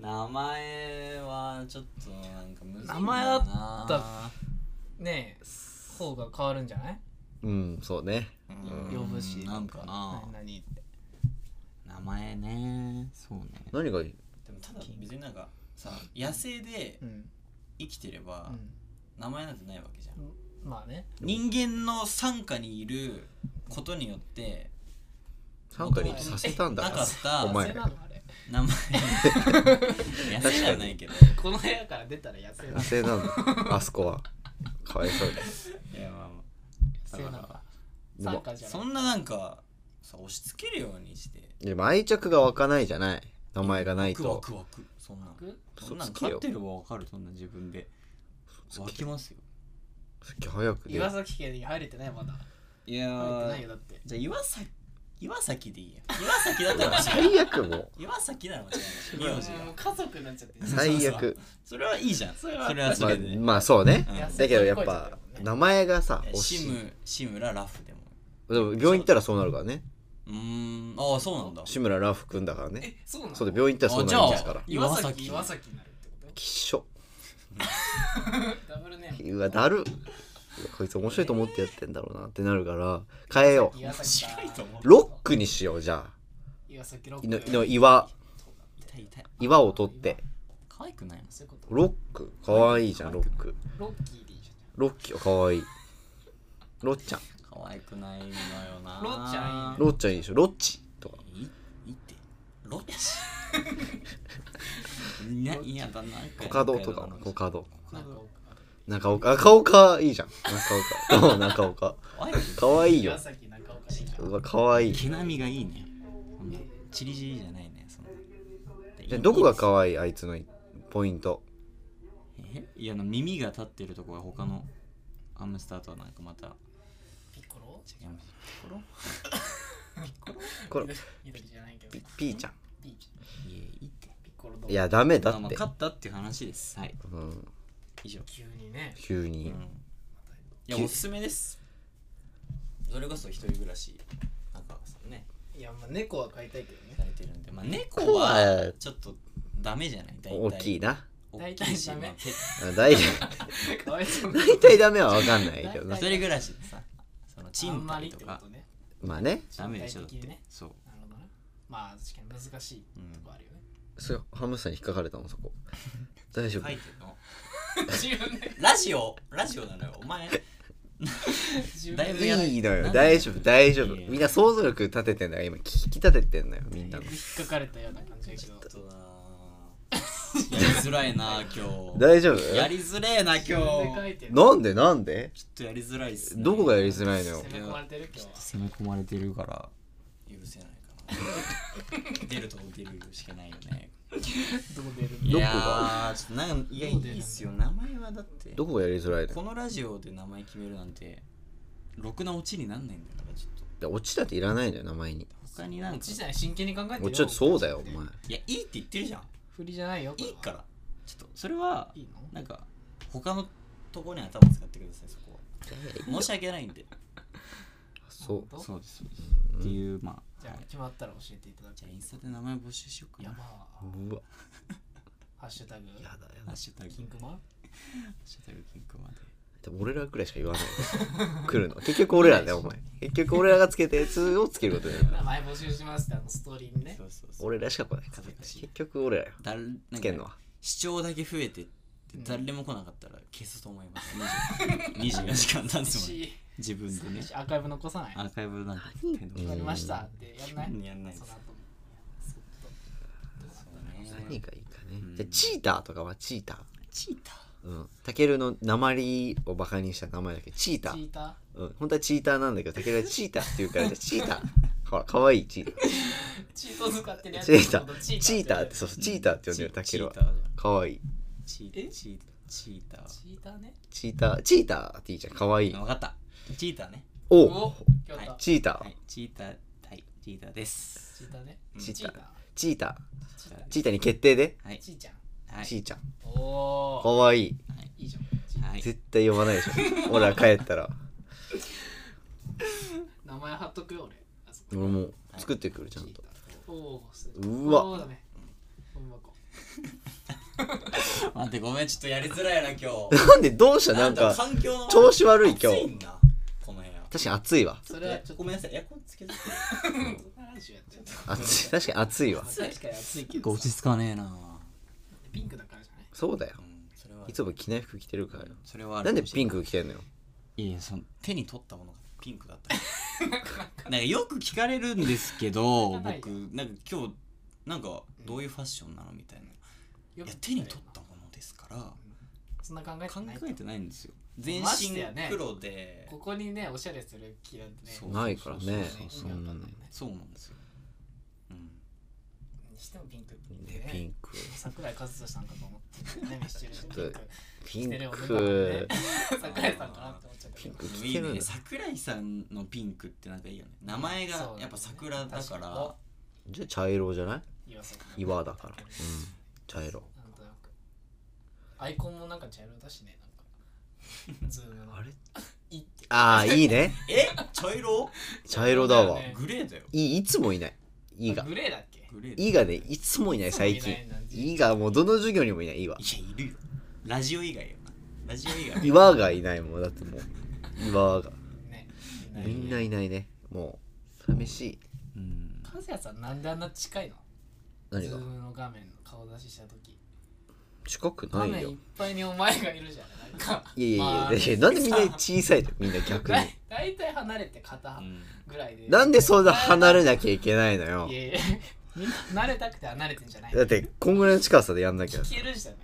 Speaker 3: 名前はちょっとなんか難しい
Speaker 1: 名前だった
Speaker 3: な
Speaker 1: ーねえ方が変わるんじゃない
Speaker 2: うんそうね
Speaker 3: うん
Speaker 1: 呼ぶし
Speaker 3: なんかな
Speaker 1: 何何って
Speaker 3: 名前ねそうね
Speaker 2: 何がいい
Speaker 3: でもただ別になんかさ野生で
Speaker 1: うん
Speaker 3: 生きてれ
Speaker 1: う
Speaker 3: ば
Speaker 1: ん
Speaker 3: 名前なんてないわけじゃん
Speaker 1: まあね
Speaker 3: 人間の傘下にいることによって
Speaker 2: 参加にさせたんだ
Speaker 3: な
Speaker 2: か
Speaker 3: からった
Speaker 2: お前
Speaker 1: 野生なの あれ
Speaker 3: 名前野生ではないけど
Speaker 1: この部屋から出たら痩せる
Speaker 2: 野生なんだあそこはかわいそうです
Speaker 3: いやまあまあ
Speaker 1: 痩せるなの
Speaker 3: だから
Speaker 2: でも
Speaker 1: 参加じゃな
Speaker 3: そ
Speaker 1: い
Speaker 3: んななんかさ押し付けるようにして
Speaker 2: でも愛着が湧かないじゃない名前がない
Speaker 3: ワ
Speaker 2: と
Speaker 3: クワクワクそんなん
Speaker 1: く
Speaker 3: そんなん
Speaker 2: 嘘つけよ
Speaker 3: 勝ってるわ分かるそんな自分で湧きますよ
Speaker 2: さっき早くで
Speaker 1: 岩崎家に入れてないまだ
Speaker 3: いや
Speaker 1: 入ってない
Speaker 3: ー
Speaker 1: よだって
Speaker 3: じゃあ岩崎岩崎でいいや岩崎だった ら間違い
Speaker 2: 最悪もう
Speaker 3: 岩崎なら間違いない名字が
Speaker 1: もう家族になっちゃってる
Speaker 2: 最悪
Speaker 3: それはいいじゃん
Speaker 1: そ
Speaker 3: そ
Speaker 1: れ
Speaker 3: れ
Speaker 1: は
Speaker 3: はそ
Speaker 2: まあ
Speaker 3: れで、
Speaker 2: まあそうね
Speaker 3: うん
Speaker 2: だけどやっぱ名前がさ
Speaker 3: いや
Speaker 2: 惜
Speaker 3: シ
Speaker 2: しい
Speaker 3: ム志村ラフでも
Speaker 2: でも病院行ったらそうなるからね
Speaker 3: うーんああそうなんだ
Speaker 2: 志村ラフ君だからね
Speaker 1: えそうなの
Speaker 2: そうで病院行ったらそうなるんですから
Speaker 3: あじゃ
Speaker 1: 岩
Speaker 3: 岩
Speaker 1: 崎
Speaker 3: 崎
Speaker 1: 岩崎になるってこ
Speaker 2: きっしょ
Speaker 1: とダブルネーム
Speaker 2: うわだるこいつ面白いと思ってやってんだろうなってなるから変えよう
Speaker 1: 岩 崎だ
Speaker 3: 面白いと思う
Speaker 2: ロックにしようじゃあ
Speaker 1: 岩崎ロッ
Speaker 2: い
Speaker 1: ク
Speaker 2: のの岩
Speaker 3: 痛い痛い
Speaker 2: 岩を取って
Speaker 3: 可愛くないの
Speaker 1: そういうこと
Speaker 2: ロックかわいいじゃんロック
Speaker 1: ロッキーでいいじ
Speaker 2: ロッキーかわいいロッちゃん
Speaker 3: 可愛くないのよな
Speaker 1: ロッちゃんいいね
Speaker 2: ロッちゃんいいでしょロッチとか
Speaker 3: いいってロッチいやいやだな
Speaker 2: コカドとかコ
Speaker 3: カ
Speaker 2: カド
Speaker 1: ゃんなんか
Speaker 2: 中岡中岡いいじゃん中岡 中岡
Speaker 3: 可愛いよ
Speaker 2: かわいいよ
Speaker 1: 岩崎中岡でいいじゃん
Speaker 2: うわかわいい
Speaker 3: 毛並みがいいねほんとチリジリじゃないねその
Speaker 2: じゃあどこが可愛いあいつのポイント
Speaker 3: えいやあの耳が立ってるとこが他のアムスターとはなんかまた
Speaker 1: ピッコロ
Speaker 3: 違いますころ
Speaker 2: これ
Speaker 1: 緑じゃないけど
Speaker 2: ピピーちゃん
Speaker 1: ピーちゃん
Speaker 3: いやいいって
Speaker 1: ピッコロどう
Speaker 2: いやダメだ
Speaker 3: まあ
Speaker 2: っ
Speaker 3: まあ
Speaker 2: て
Speaker 3: 勝ったっていう話ですはい
Speaker 2: うん
Speaker 3: 以上
Speaker 1: 急にね
Speaker 2: 急
Speaker 3: う
Speaker 2: に
Speaker 3: んいやおすすめですそれこそ一人暮らしなんかさね
Speaker 1: いやまあ猫は飼いたいけど ね
Speaker 3: されてるんでまあ
Speaker 2: 猫
Speaker 3: 猫
Speaker 2: は
Speaker 3: はちょっとダメじゃない大体
Speaker 2: 大きいな
Speaker 3: 大きいし
Speaker 1: 大体ダメ
Speaker 3: まあペ
Speaker 2: あ大体
Speaker 1: かわいそうに
Speaker 2: 大体ダメは分かんないけど
Speaker 3: まあ
Speaker 2: な
Speaker 3: 一人暮らしでさその
Speaker 1: あ
Speaker 3: 賃
Speaker 1: んまり
Speaker 3: 貸
Speaker 1: って
Speaker 3: と
Speaker 1: こ
Speaker 3: か
Speaker 1: とね
Speaker 2: まあね
Speaker 3: ダメでしょだっ
Speaker 1: 身体的に
Speaker 3: て
Speaker 1: ね
Speaker 3: そう
Speaker 1: なるほどねまあ確かに難しいとこあるよね
Speaker 2: そうハムスターに引っかかれたのそこ大丈夫
Speaker 3: 書いてんの
Speaker 1: 自分で
Speaker 3: ラジオラジオなのよお前
Speaker 1: 自分
Speaker 3: だいぶやらない
Speaker 2: いいのよ
Speaker 3: なんで
Speaker 2: 大丈夫大丈夫
Speaker 3: いいよ
Speaker 2: みんな想像力立ててんだよ今聞き立ててんだよみんな
Speaker 1: だい
Speaker 2: の
Speaker 1: ぶ引っかかれたような感じだけど
Speaker 3: ちょっとなぁ やりづらいなぁ今日
Speaker 2: 大丈夫
Speaker 3: やりづれえな今日ち
Speaker 1: 自分で
Speaker 3: ょ
Speaker 1: 書
Speaker 3: っ
Speaker 1: いてる
Speaker 2: なんでなんで
Speaker 3: とやりづらいっすね
Speaker 2: どこがやりづらいのよ
Speaker 1: 攻め込まれてる今日は
Speaker 3: 攻め込まれてるから許せないかな出るとこ出るしかないよね
Speaker 1: どこ出る
Speaker 3: い
Speaker 2: どこが
Speaker 3: やーちょっとなんかいやい
Speaker 1: どう出る
Speaker 3: いっすよ名前はだって
Speaker 2: どこがやりづらいの
Speaker 3: こ
Speaker 2: よ
Speaker 3: のラジオで名前決めるなんてろくなオチになんないんだからちょっと
Speaker 2: で落ちたっていらないんだよ名前に
Speaker 3: 他になんか
Speaker 1: ちじゃない真剣に考えてる
Speaker 2: もうちょっとそうだよお前
Speaker 3: いやいいって言ってるじゃん
Speaker 1: 振りじゃないよこれ
Speaker 3: い
Speaker 1: はい
Speaker 3: からちょっとそれはい
Speaker 1: いの
Speaker 3: なんか他のところに頭使ってくださいそこは申し訳ないんで
Speaker 2: そう
Speaker 1: 本当
Speaker 3: うですそうですっていうまあ
Speaker 1: じゃあ決まったら教えていただき
Speaker 3: じ
Speaker 1: た
Speaker 3: ゃ
Speaker 1: い
Speaker 3: あインスタで名前募集しようか
Speaker 1: や
Speaker 3: な
Speaker 1: ばー
Speaker 2: うわ
Speaker 1: ハッシュタグ
Speaker 2: やだや
Speaker 3: ハ
Speaker 2: だ
Speaker 3: ッシュタグ
Speaker 1: キングマン
Speaker 3: ハッシュタグキングまで
Speaker 2: でも俺らくらいしか言わない 来るの結局俺らだよお前結局俺らがつけたやつをつけることになる
Speaker 1: 名前募集しますってあのストーリーにね
Speaker 3: そうそうそう
Speaker 2: 俺らしか来ない
Speaker 3: 恥ずかしい
Speaker 2: 結局俺らよ
Speaker 3: だなんか
Speaker 2: つけんのは
Speaker 3: 視聴だけ増えてって
Speaker 1: うん
Speaker 3: 誰も来なかったら消すと思います20 24時間なんですもん
Speaker 1: し
Speaker 3: 自分でね
Speaker 1: アーカイブ残さない
Speaker 3: アーカイブなんか
Speaker 2: 何
Speaker 1: や
Speaker 2: わ
Speaker 1: りましたってやんない
Speaker 3: うんやんないで
Speaker 1: そ
Speaker 3: す
Speaker 1: の後もそっと
Speaker 3: そう
Speaker 2: 何
Speaker 3: ね
Speaker 2: がいいかね
Speaker 3: うん
Speaker 2: じゃあチーターとかはチーター
Speaker 3: チーター
Speaker 2: うん、タケルの鉛をバカにした名前だけどチータ
Speaker 1: チー
Speaker 2: ー、
Speaker 1: タ
Speaker 2: うん、本当はチーターなんだけどタケルはチーターって言う からじゃあチーターほらかわいいチータ
Speaker 1: ーチート使ってるや
Speaker 2: ー
Speaker 1: つ
Speaker 2: チータ
Speaker 1: のこと
Speaker 2: ーチーターってそうそうチーターって呼んでるタケルは
Speaker 3: チーターじゃん
Speaker 2: かわいい
Speaker 3: チ
Speaker 1: え
Speaker 3: ーチーチーター
Speaker 1: チーターね
Speaker 2: チーターチーターっていいじゃんかわいい
Speaker 3: 分かったチーターね
Speaker 2: お
Speaker 1: お
Speaker 2: う
Speaker 1: 京
Speaker 3: はい
Speaker 1: 都
Speaker 2: チーター、
Speaker 3: はいチーターはいチーターです
Speaker 1: チーターね
Speaker 2: チーター
Speaker 1: ー
Speaker 2: チータ
Speaker 1: チータ
Speaker 2: ーチーターに決定で、
Speaker 3: はい
Speaker 1: ーチーちゃん
Speaker 3: はい
Speaker 2: チーちゃん
Speaker 1: お
Speaker 2: か
Speaker 1: お
Speaker 2: わいい
Speaker 1: いいじゃん
Speaker 3: はい
Speaker 2: 絶対呼ばない でしょ俺は帰ったら
Speaker 1: 名前貼っとくよ俺あそこ
Speaker 2: 俺もう作ってくるちゃんと
Speaker 1: おおーす
Speaker 2: うわ
Speaker 1: おーだねゴミ箱
Speaker 3: 待ってごめんちょっとやりづらいな今日
Speaker 2: なんでどうしたなんか
Speaker 3: 環境の
Speaker 2: 調子悪い今日
Speaker 3: 暑いんだこの部屋
Speaker 2: 確かに暑いわ
Speaker 1: それはちょっと
Speaker 3: ごめんなさいエアコンつけて
Speaker 1: ラジオやってる
Speaker 2: 暑い確かに暑いわ
Speaker 1: まあ確かに暑いけ
Speaker 3: 結構
Speaker 1: ど
Speaker 3: 落
Speaker 1: さ
Speaker 3: ち着かねえな
Speaker 1: ピンクだからじゃない
Speaker 2: そうだよ
Speaker 3: うんそれはい
Speaker 2: つも着ない服着てるからよ
Speaker 3: それはある
Speaker 2: なんで
Speaker 3: かもしれ
Speaker 2: ピンク着てんのよ
Speaker 3: いいやその手に取ったものがピンクだったからなんかよく聞かれるんですけど
Speaker 1: 聞かないよ
Speaker 3: 僕なんか今日なんかどういうファッションなのみたいな、いや手に取ったものですから
Speaker 1: そんな考えて
Speaker 3: 考
Speaker 1: ない
Speaker 3: えてないんですよ全
Speaker 1: まし
Speaker 3: 身
Speaker 1: てやね
Speaker 3: 黒で
Speaker 1: ここにねおしゃれする気なんてね
Speaker 3: そう
Speaker 2: ないからね
Speaker 3: そう
Speaker 2: そ
Speaker 3: そう
Speaker 1: 意味わ
Speaker 2: ん
Speaker 1: か
Speaker 2: なんね
Speaker 1: ないよね
Speaker 3: そうなんですよ、うん、
Speaker 1: にしてもピンクピンクね
Speaker 2: ピンク
Speaker 1: 桜井和人さんかと思ってねミスチルしてピンク
Speaker 2: ピン
Speaker 1: してるよね
Speaker 2: ク
Speaker 1: 桜井さんかなって思っちゃったけ
Speaker 2: ピン
Speaker 1: ど
Speaker 2: ク
Speaker 3: い
Speaker 2: 着て
Speaker 3: い
Speaker 2: るん
Speaker 3: ね
Speaker 2: だ
Speaker 3: 桜井さんのピンクってなんかいいよね名前
Speaker 1: そうだ
Speaker 3: が
Speaker 1: ね
Speaker 3: やっぱ桜だ
Speaker 1: 確
Speaker 3: か
Speaker 1: に
Speaker 3: ら
Speaker 2: じゃあ茶色じゃない
Speaker 1: 岩崎
Speaker 2: 岩だから、うん
Speaker 1: な、
Speaker 2: 茶色
Speaker 1: んとなくアイコンもなんか茶色だしね なんかズームの
Speaker 2: あれ
Speaker 1: い
Speaker 2: ああいいね
Speaker 3: え茶色
Speaker 2: 茶色だ
Speaker 1: よ
Speaker 2: わ
Speaker 1: ね
Speaker 3: グレーだよ
Speaker 2: いいいつもいない「い」が
Speaker 1: グレーだっけ
Speaker 3: グレ
Speaker 2: 「
Speaker 3: ーだよ
Speaker 2: い」がねいつもいない最近
Speaker 1: いつもいないなん
Speaker 2: 「
Speaker 1: て
Speaker 2: い」がもうどの授業にもいない「い」はい
Speaker 3: やいるよラジオ以外よなラジオ以外
Speaker 2: 「い」わがいないもんだってもう「い」わが
Speaker 1: ね
Speaker 2: みんないないねもう寂しい
Speaker 3: うん
Speaker 1: 和也さんなんであんな近いの
Speaker 2: 何
Speaker 1: ズー
Speaker 2: が
Speaker 1: ムの画面の顔出しした時
Speaker 2: 近く
Speaker 1: 画
Speaker 2: ない
Speaker 1: 面
Speaker 2: よ
Speaker 1: いっぱいにお前がいるじゃんなんか
Speaker 2: いやいやいや,、
Speaker 1: まあ
Speaker 2: いやなんでみんな小さいのみんな逆
Speaker 1: だ
Speaker 2: に
Speaker 1: いだいたい離れて肩
Speaker 3: うん
Speaker 1: ぐらいで
Speaker 2: なんでそんな離れ
Speaker 1: い
Speaker 2: なきゃいけないのよ
Speaker 1: いやいやみんな 慣れたくて離れてんじゃない
Speaker 2: だってこんぐらいの近さでやんなきゃ
Speaker 1: 聞けるじゃない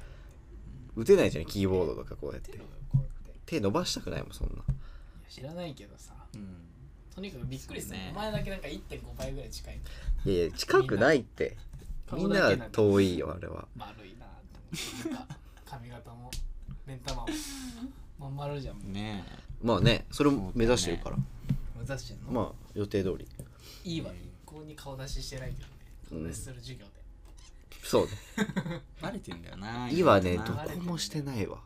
Speaker 2: 打てないじゃんキーボードとかこうやっ
Speaker 1: 手
Speaker 2: て
Speaker 1: のこうやってい
Speaker 2: 手伸ばしたくないもんそんな
Speaker 1: や知らないけどさ
Speaker 3: うん
Speaker 1: とにかくびっくりする、
Speaker 3: そうね
Speaker 1: お前だけなんか1.5倍ぐらい近い
Speaker 2: いやいや近くないってみ
Speaker 1: み
Speaker 2: ん
Speaker 1: ん
Speaker 2: な
Speaker 1: な
Speaker 2: が遠いよあれは
Speaker 1: 丸いなって思ってなんか髪型も目ん玉もまん丸じゃんもう
Speaker 3: ね
Speaker 2: まあねそれを目指してるから、
Speaker 1: 目指してんの、
Speaker 2: まあ予定通り
Speaker 1: いいわここに顔出ししてないけどね
Speaker 2: うん
Speaker 1: 顔出しする授業で、
Speaker 2: そうね
Speaker 3: えバレてんだよな
Speaker 2: 「い」はね
Speaker 3: 意外と
Speaker 2: ど
Speaker 3: な
Speaker 2: こもしてないわ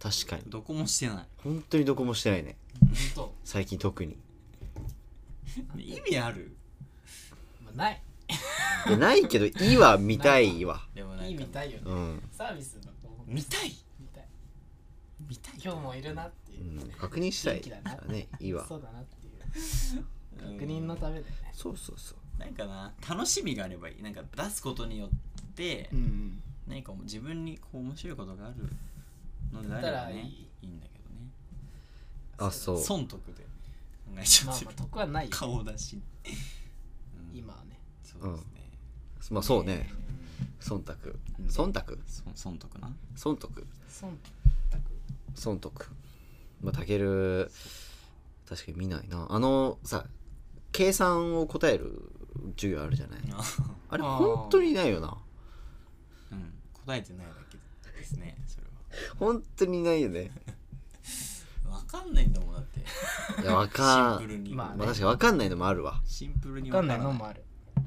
Speaker 2: 確かに
Speaker 3: どこもしてない
Speaker 2: 本当にどこもしてないね
Speaker 1: ほん
Speaker 2: 最近特に
Speaker 3: 意味ある
Speaker 1: と、まあ、ない
Speaker 2: いやないけど「い」は見たいわ
Speaker 3: でも
Speaker 1: いいみ
Speaker 3: い
Speaker 1: たいよね
Speaker 2: うん、
Speaker 1: サービスのこう
Speaker 3: 見たい
Speaker 1: 見たい
Speaker 3: 見たい
Speaker 1: 今日もいるなっていうう、
Speaker 2: ん、確認したいからね「い」は
Speaker 1: そうだなっていう確認のためだよね
Speaker 2: そうそうそう
Speaker 3: なんかな楽しみがあればいいなんか出すことによって、
Speaker 1: ん
Speaker 3: 何かもう自分にこう面白いことがあるので
Speaker 1: だっ
Speaker 3: あれ
Speaker 1: た
Speaker 3: ば
Speaker 1: ら
Speaker 3: ね
Speaker 1: いい
Speaker 3: いいんだけどね
Speaker 2: あそう
Speaker 3: 損得で考えちゃ
Speaker 1: ま
Speaker 3: っ
Speaker 1: あ
Speaker 3: てる、
Speaker 1: まあ得はないよ
Speaker 3: 顔出し、うん
Speaker 1: 今はね
Speaker 3: そうですね、
Speaker 2: まあそうね忖度忖度
Speaker 3: 損損得な
Speaker 2: 損得
Speaker 1: 忖度
Speaker 2: 損得まあたける確かに見ないなあのさ計算を答える授業あるじゃないあれ
Speaker 1: あー
Speaker 2: 本当にないよな
Speaker 3: うん答えてないだけですねそれ
Speaker 2: 本当にないよね
Speaker 3: は分かんないんだもんだって
Speaker 2: いやわ
Speaker 3: シ
Speaker 2: か
Speaker 3: ンプ
Speaker 2: ん
Speaker 3: ルに、
Speaker 1: まあ
Speaker 2: まあ確かにわかんないのもあるわ
Speaker 3: シンプルに
Speaker 1: 分
Speaker 3: わ
Speaker 1: かんないのも
Speaker 3: あ
Speaker 1: ある
Speaker 3: る、うん、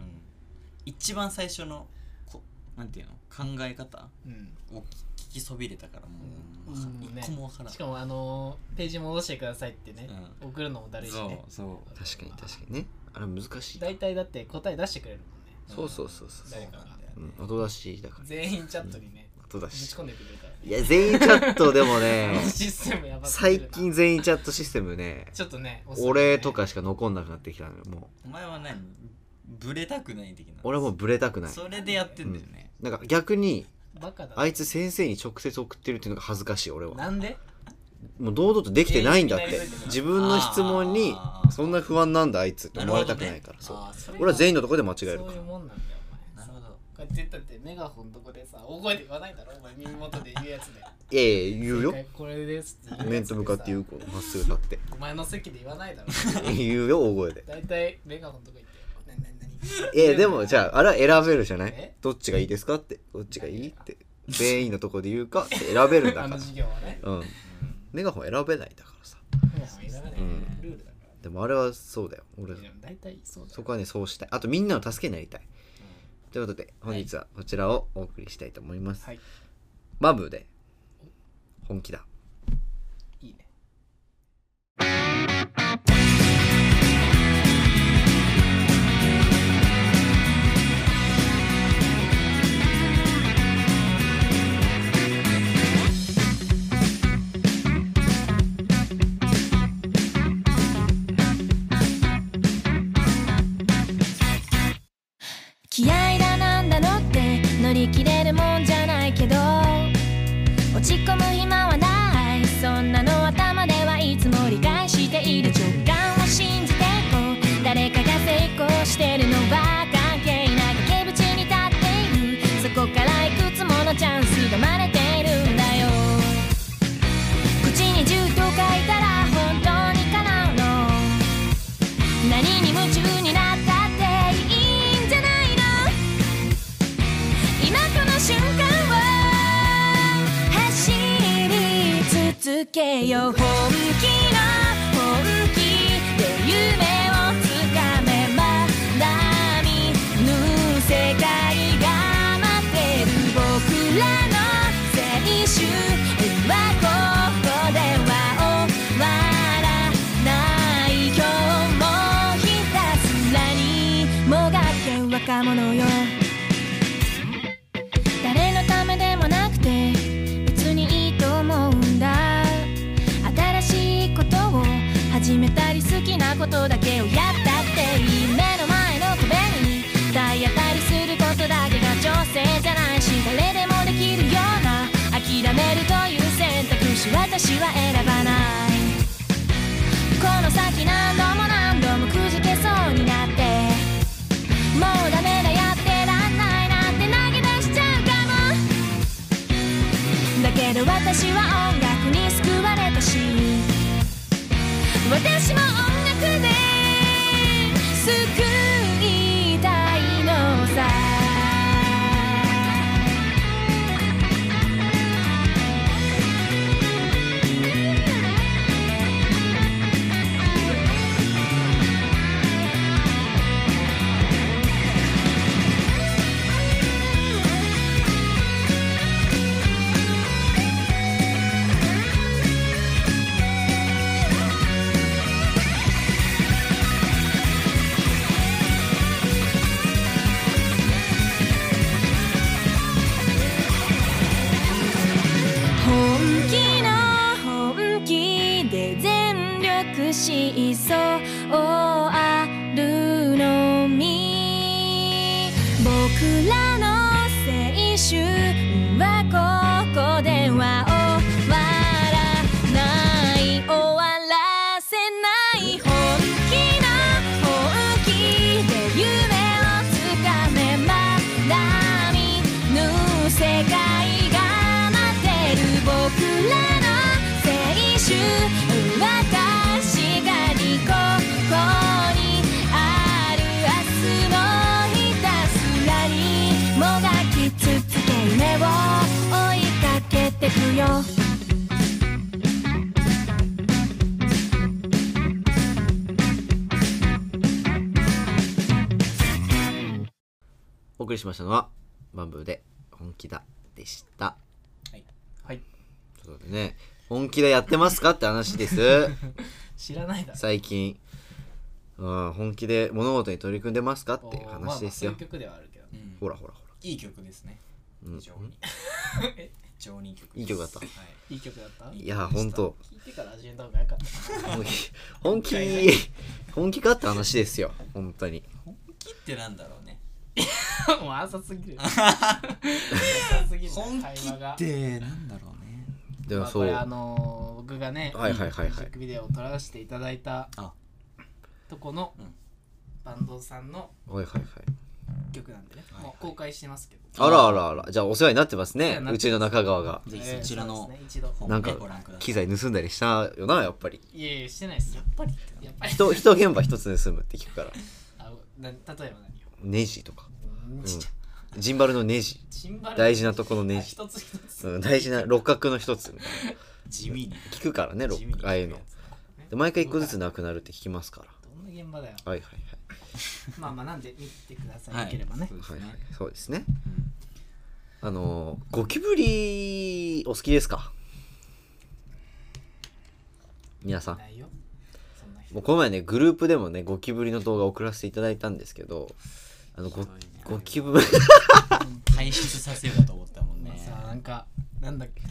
Speaker 3: 一番最初のこなんていうの考え方
Speaker 1: うん
Speaker 3: を聞きそびれたからもう、
Speaker 1: うん
Speaker 3: わか
Speaker 1: うんね
Speaker 3: 一個もわからん
Speaker 1: しかもあのーページ戻してくださいってね、送るのもだるいしね
Speaker 3: そうそ
Speaker 2: 確かに確かにねあれ難しい
Speaker 1: 大体だって答え出してくれるもんね
Speaker 2: そうそうそうそう
Speaker 3: そうなんだよ
Speaker 2: う
Speaker 3: ね
Speaker 2: ん後出しだから
Speaker 1: 全員チャットにね
Speaker 2: 後出
Speaker 1: ぶち
Speaker 2: し
Speaker 1: 込んでくれるから
Speaker 2: い
Speaker 1: ね
Speaker 2: や全員チャットでもね
Speaker 1: システムやばすぎる
Speaker 2: 最
Speaker 1: な
Speaker 2: 近全員チャットシステム ね
Speaker 1: ちょっとね遅いね
Speaker 2: お礼とかしか残んなくなってきたのよも
Speaker 3: お前は何ブレたくない的な
Speaker 2: う俺はもうブレたくない
Speaker 3: それでやってんだよね、
Speaker 2: なんか逆に
Speaker 1: バカだな
Speaker 2: あいつ先生に直接送ってるっていうのが恥ずかしい俺は
Speaker 1: なんで
Speaker 2: もう堂々とできてないんだって
Speaker 1: えーみんな言うけど
Speaker 2: 自分の質問に
Speaker 3: あー
Speaker 2: そんな不安なんだあいつって思われたくないから
Speaker 3: る
Speaker 2: そう
Speaker 3: ほどねあーそれ
Speaker 2: 俺は全員のとこで間違える
Speaker 1: そう
Speaker 2: か
Speaker 1: いうもんなんだよお前
Speaker 3: なるほど
Speaker 1: こうやって言ったってメガホンとこでさ大声で言わないだろお前耳元で言うやつで
Speaker 2: らいやいや言うよ
Speaker 1: 正解これですって言うやつでさ
Speaker 2: 面と向かって言う子まっすぐ立って
Speaker 1: お前の席で言わないだろ
Speaker 2: 言うよ大声で
Speaker 1: 大体メガホンとか行って何何何
Speaker 2: いやでもじゃああれは選べるじゃない
Speaker 1: え
Speaker 2: どっちがいいですかってどっちがいいって全員のとこで言うかって選べるん
Speaker 1: あ
Speaker 2: だか
Speaker 1: の
Speaker 2: ら
Speaker 1: 授業はね
Speaker 2: うんメガホン選べないだからさ
Speaker 1: メガホンいらない
Speaker 2: うん
Speaker 1: ルールだか
Speaker 2: でもあれはそうだよ俺
Speaker 1: らいや大体そうだ
Speaker 2: そこはねそうしたいあとみんなの助けになりたいということで本日はこちらをお送りしたいと思います、
Speaker 1: はい
Speaker 2: マブで本気だ
Speaker 1: いいね
Speaker 4: 気合だなんだのって乗り切れるもんじゃないけど落ち込む暇はないそんなの頭ではいつも理解している状態中になったっていいんじゃないの今この瞬間を走り続けよう本気の本気で夢をつかめば波ぬ世界が待ってる僕らの青春はここでは終わらない今日もひたすらにもがけ若者よ誰のためでもなくて別にいいと思うんだ新しいことを始めたり好きなことだけをやったっていい目の前の壁に体当たりすることだけが調整じゃないし誰でもできるような諦めるという選択肢私は選ばないこの先何度も何度もくじけそうになってもうダメだやってらんないなんて投げ出しちゃうかもだけど私は音楽に救われたし私も音楽で救いたいのさ本気の本気で全力疾走あるのみ僕らの青春はここでは終わらない終わらせない本気の本気で夢をつかめば波ぬ世界が待ってる僕らの青春私がにここにある明日もひたすらにもがき続け夢を追いかけてくよ
Speaker 2: お送りしましたのはバンブーで本気だでした
Speaker 1: はい
Speaker 2: ということでね本気でやってますかって話です
Speaker 1: 知らないだろ
Speaker 2: 最近うん本気で物事に取り組んでますかっていう
Speaker 1: まあまあ
Speaker 2: 話ですよ、
Speaker 1: そういう曲ではあるけどね
Speaker 3: うん
Speaker 2: ほらほらほら
Speaker 3: いい曲ですね非常に非常にいい曲です
Speaker 2: いい曲だった
Speaker 3: はい
Speaker 1: いい曲だった
Speaker 2: いやほんと
Speaker 1: 聞いてから始めた方がよかった
Speaker 2: 本気本気本気かって話ですよ本当に
Speaker 3: 本気ってなんだろうね
Speaker 1: もう朝すぎる。朝すぎる。
Speaker 3: 本
Speaker 1: 会
Speaker 3: 気
Speaker 1: 話が
Speaker 3: っ。てなんだろうね
Speaker 2: で
Speaker 1: ま
Speaker 2: も
Speaker 1: あ、こ
Speaker 2: そう
Speaker 1: れあのー僕がね、
Speaker 2: はいはいはいはい
Speaker 1: ミュージックビデオを撮らせていただいた
Speaker 3: あ
Speaker 1: とこの
Speaker 3: うん
Speaker 1: バンドさんの
Speaker 2: はいはいはい
Speaker 1: 曲なんでね、
Speaker 3: はいはい
Speaker 1: もう公開してますけど。
Speaker 2: あらあらあらじゃあお世話になってます
Speaker 1: お世
Speaker 2: ね
Speaker 1: 話になって
Speaker 2: う
Speaker 1: ます
Speaker 2: ちの中川が
Speaker 3: ぜひ
Speaker 1: えー
Speaker 3: そちら
Speaker 1: そう
Speaker 3: の
Speaker 1: ですね、一度。
Speaker 3: 本
Speaker 2: なんか
Speaker 3: をご覧ください
Speaker 2: 機材盗んだりしたよなやっぱり
Speaker 1: いえいえ、してないですよ。やっぱり。やっぱり。
Speaker 2: 人人現場一つ盗むって聞くから
Speaker 1: あな例えば何を
Speaker 2: ネジとか、
Speaker 1: うんちっちゃ
Speaker 2: うん、ジンバルのネジ
Speaker 1: シンバル。
Speaker 2: 大事なとこのネ
Speaker 1: あ
Speaker 2: ジ、
Speaker 1: 一つ一つ。
Speaker 2: うん、大事な六角の一つみたいな
Speaker 3: 地味に
Speaker 2: 聞くからね六
Speaker 3: 地味に
Speaker 2: ああいうの
Speaker 3: やつ
Speaker 2: で毎回一個ずつなくなるって聞きますから
Speaker 1: どんな現場だよ。
Speaker 2: はいはいはい
Speaker 1: まあまあ、なんで見てくださ
Speaker 3: はい
Speaker 1: いければね
Speaker 3: そ。うです
Speaker 2: は
Speaker 3: ね
Speaker 2: いはい、そうですね。
Speaker 3: うん
Speaker 2: あのーゴキブリお好きですか皆さん。
Speaker 1: ないよ。そんな人
Speaker 2: もうこの前ね、グループでもね、ゴキブリの動画送らせていただいたんですけど、あの、ゴ
Speaker 3: ひどいね
Speaker 2: ゴキブリ、
Speaker 3: 退出させようかと思ったもんね
Speaker 1: まあさなんかなんだっけ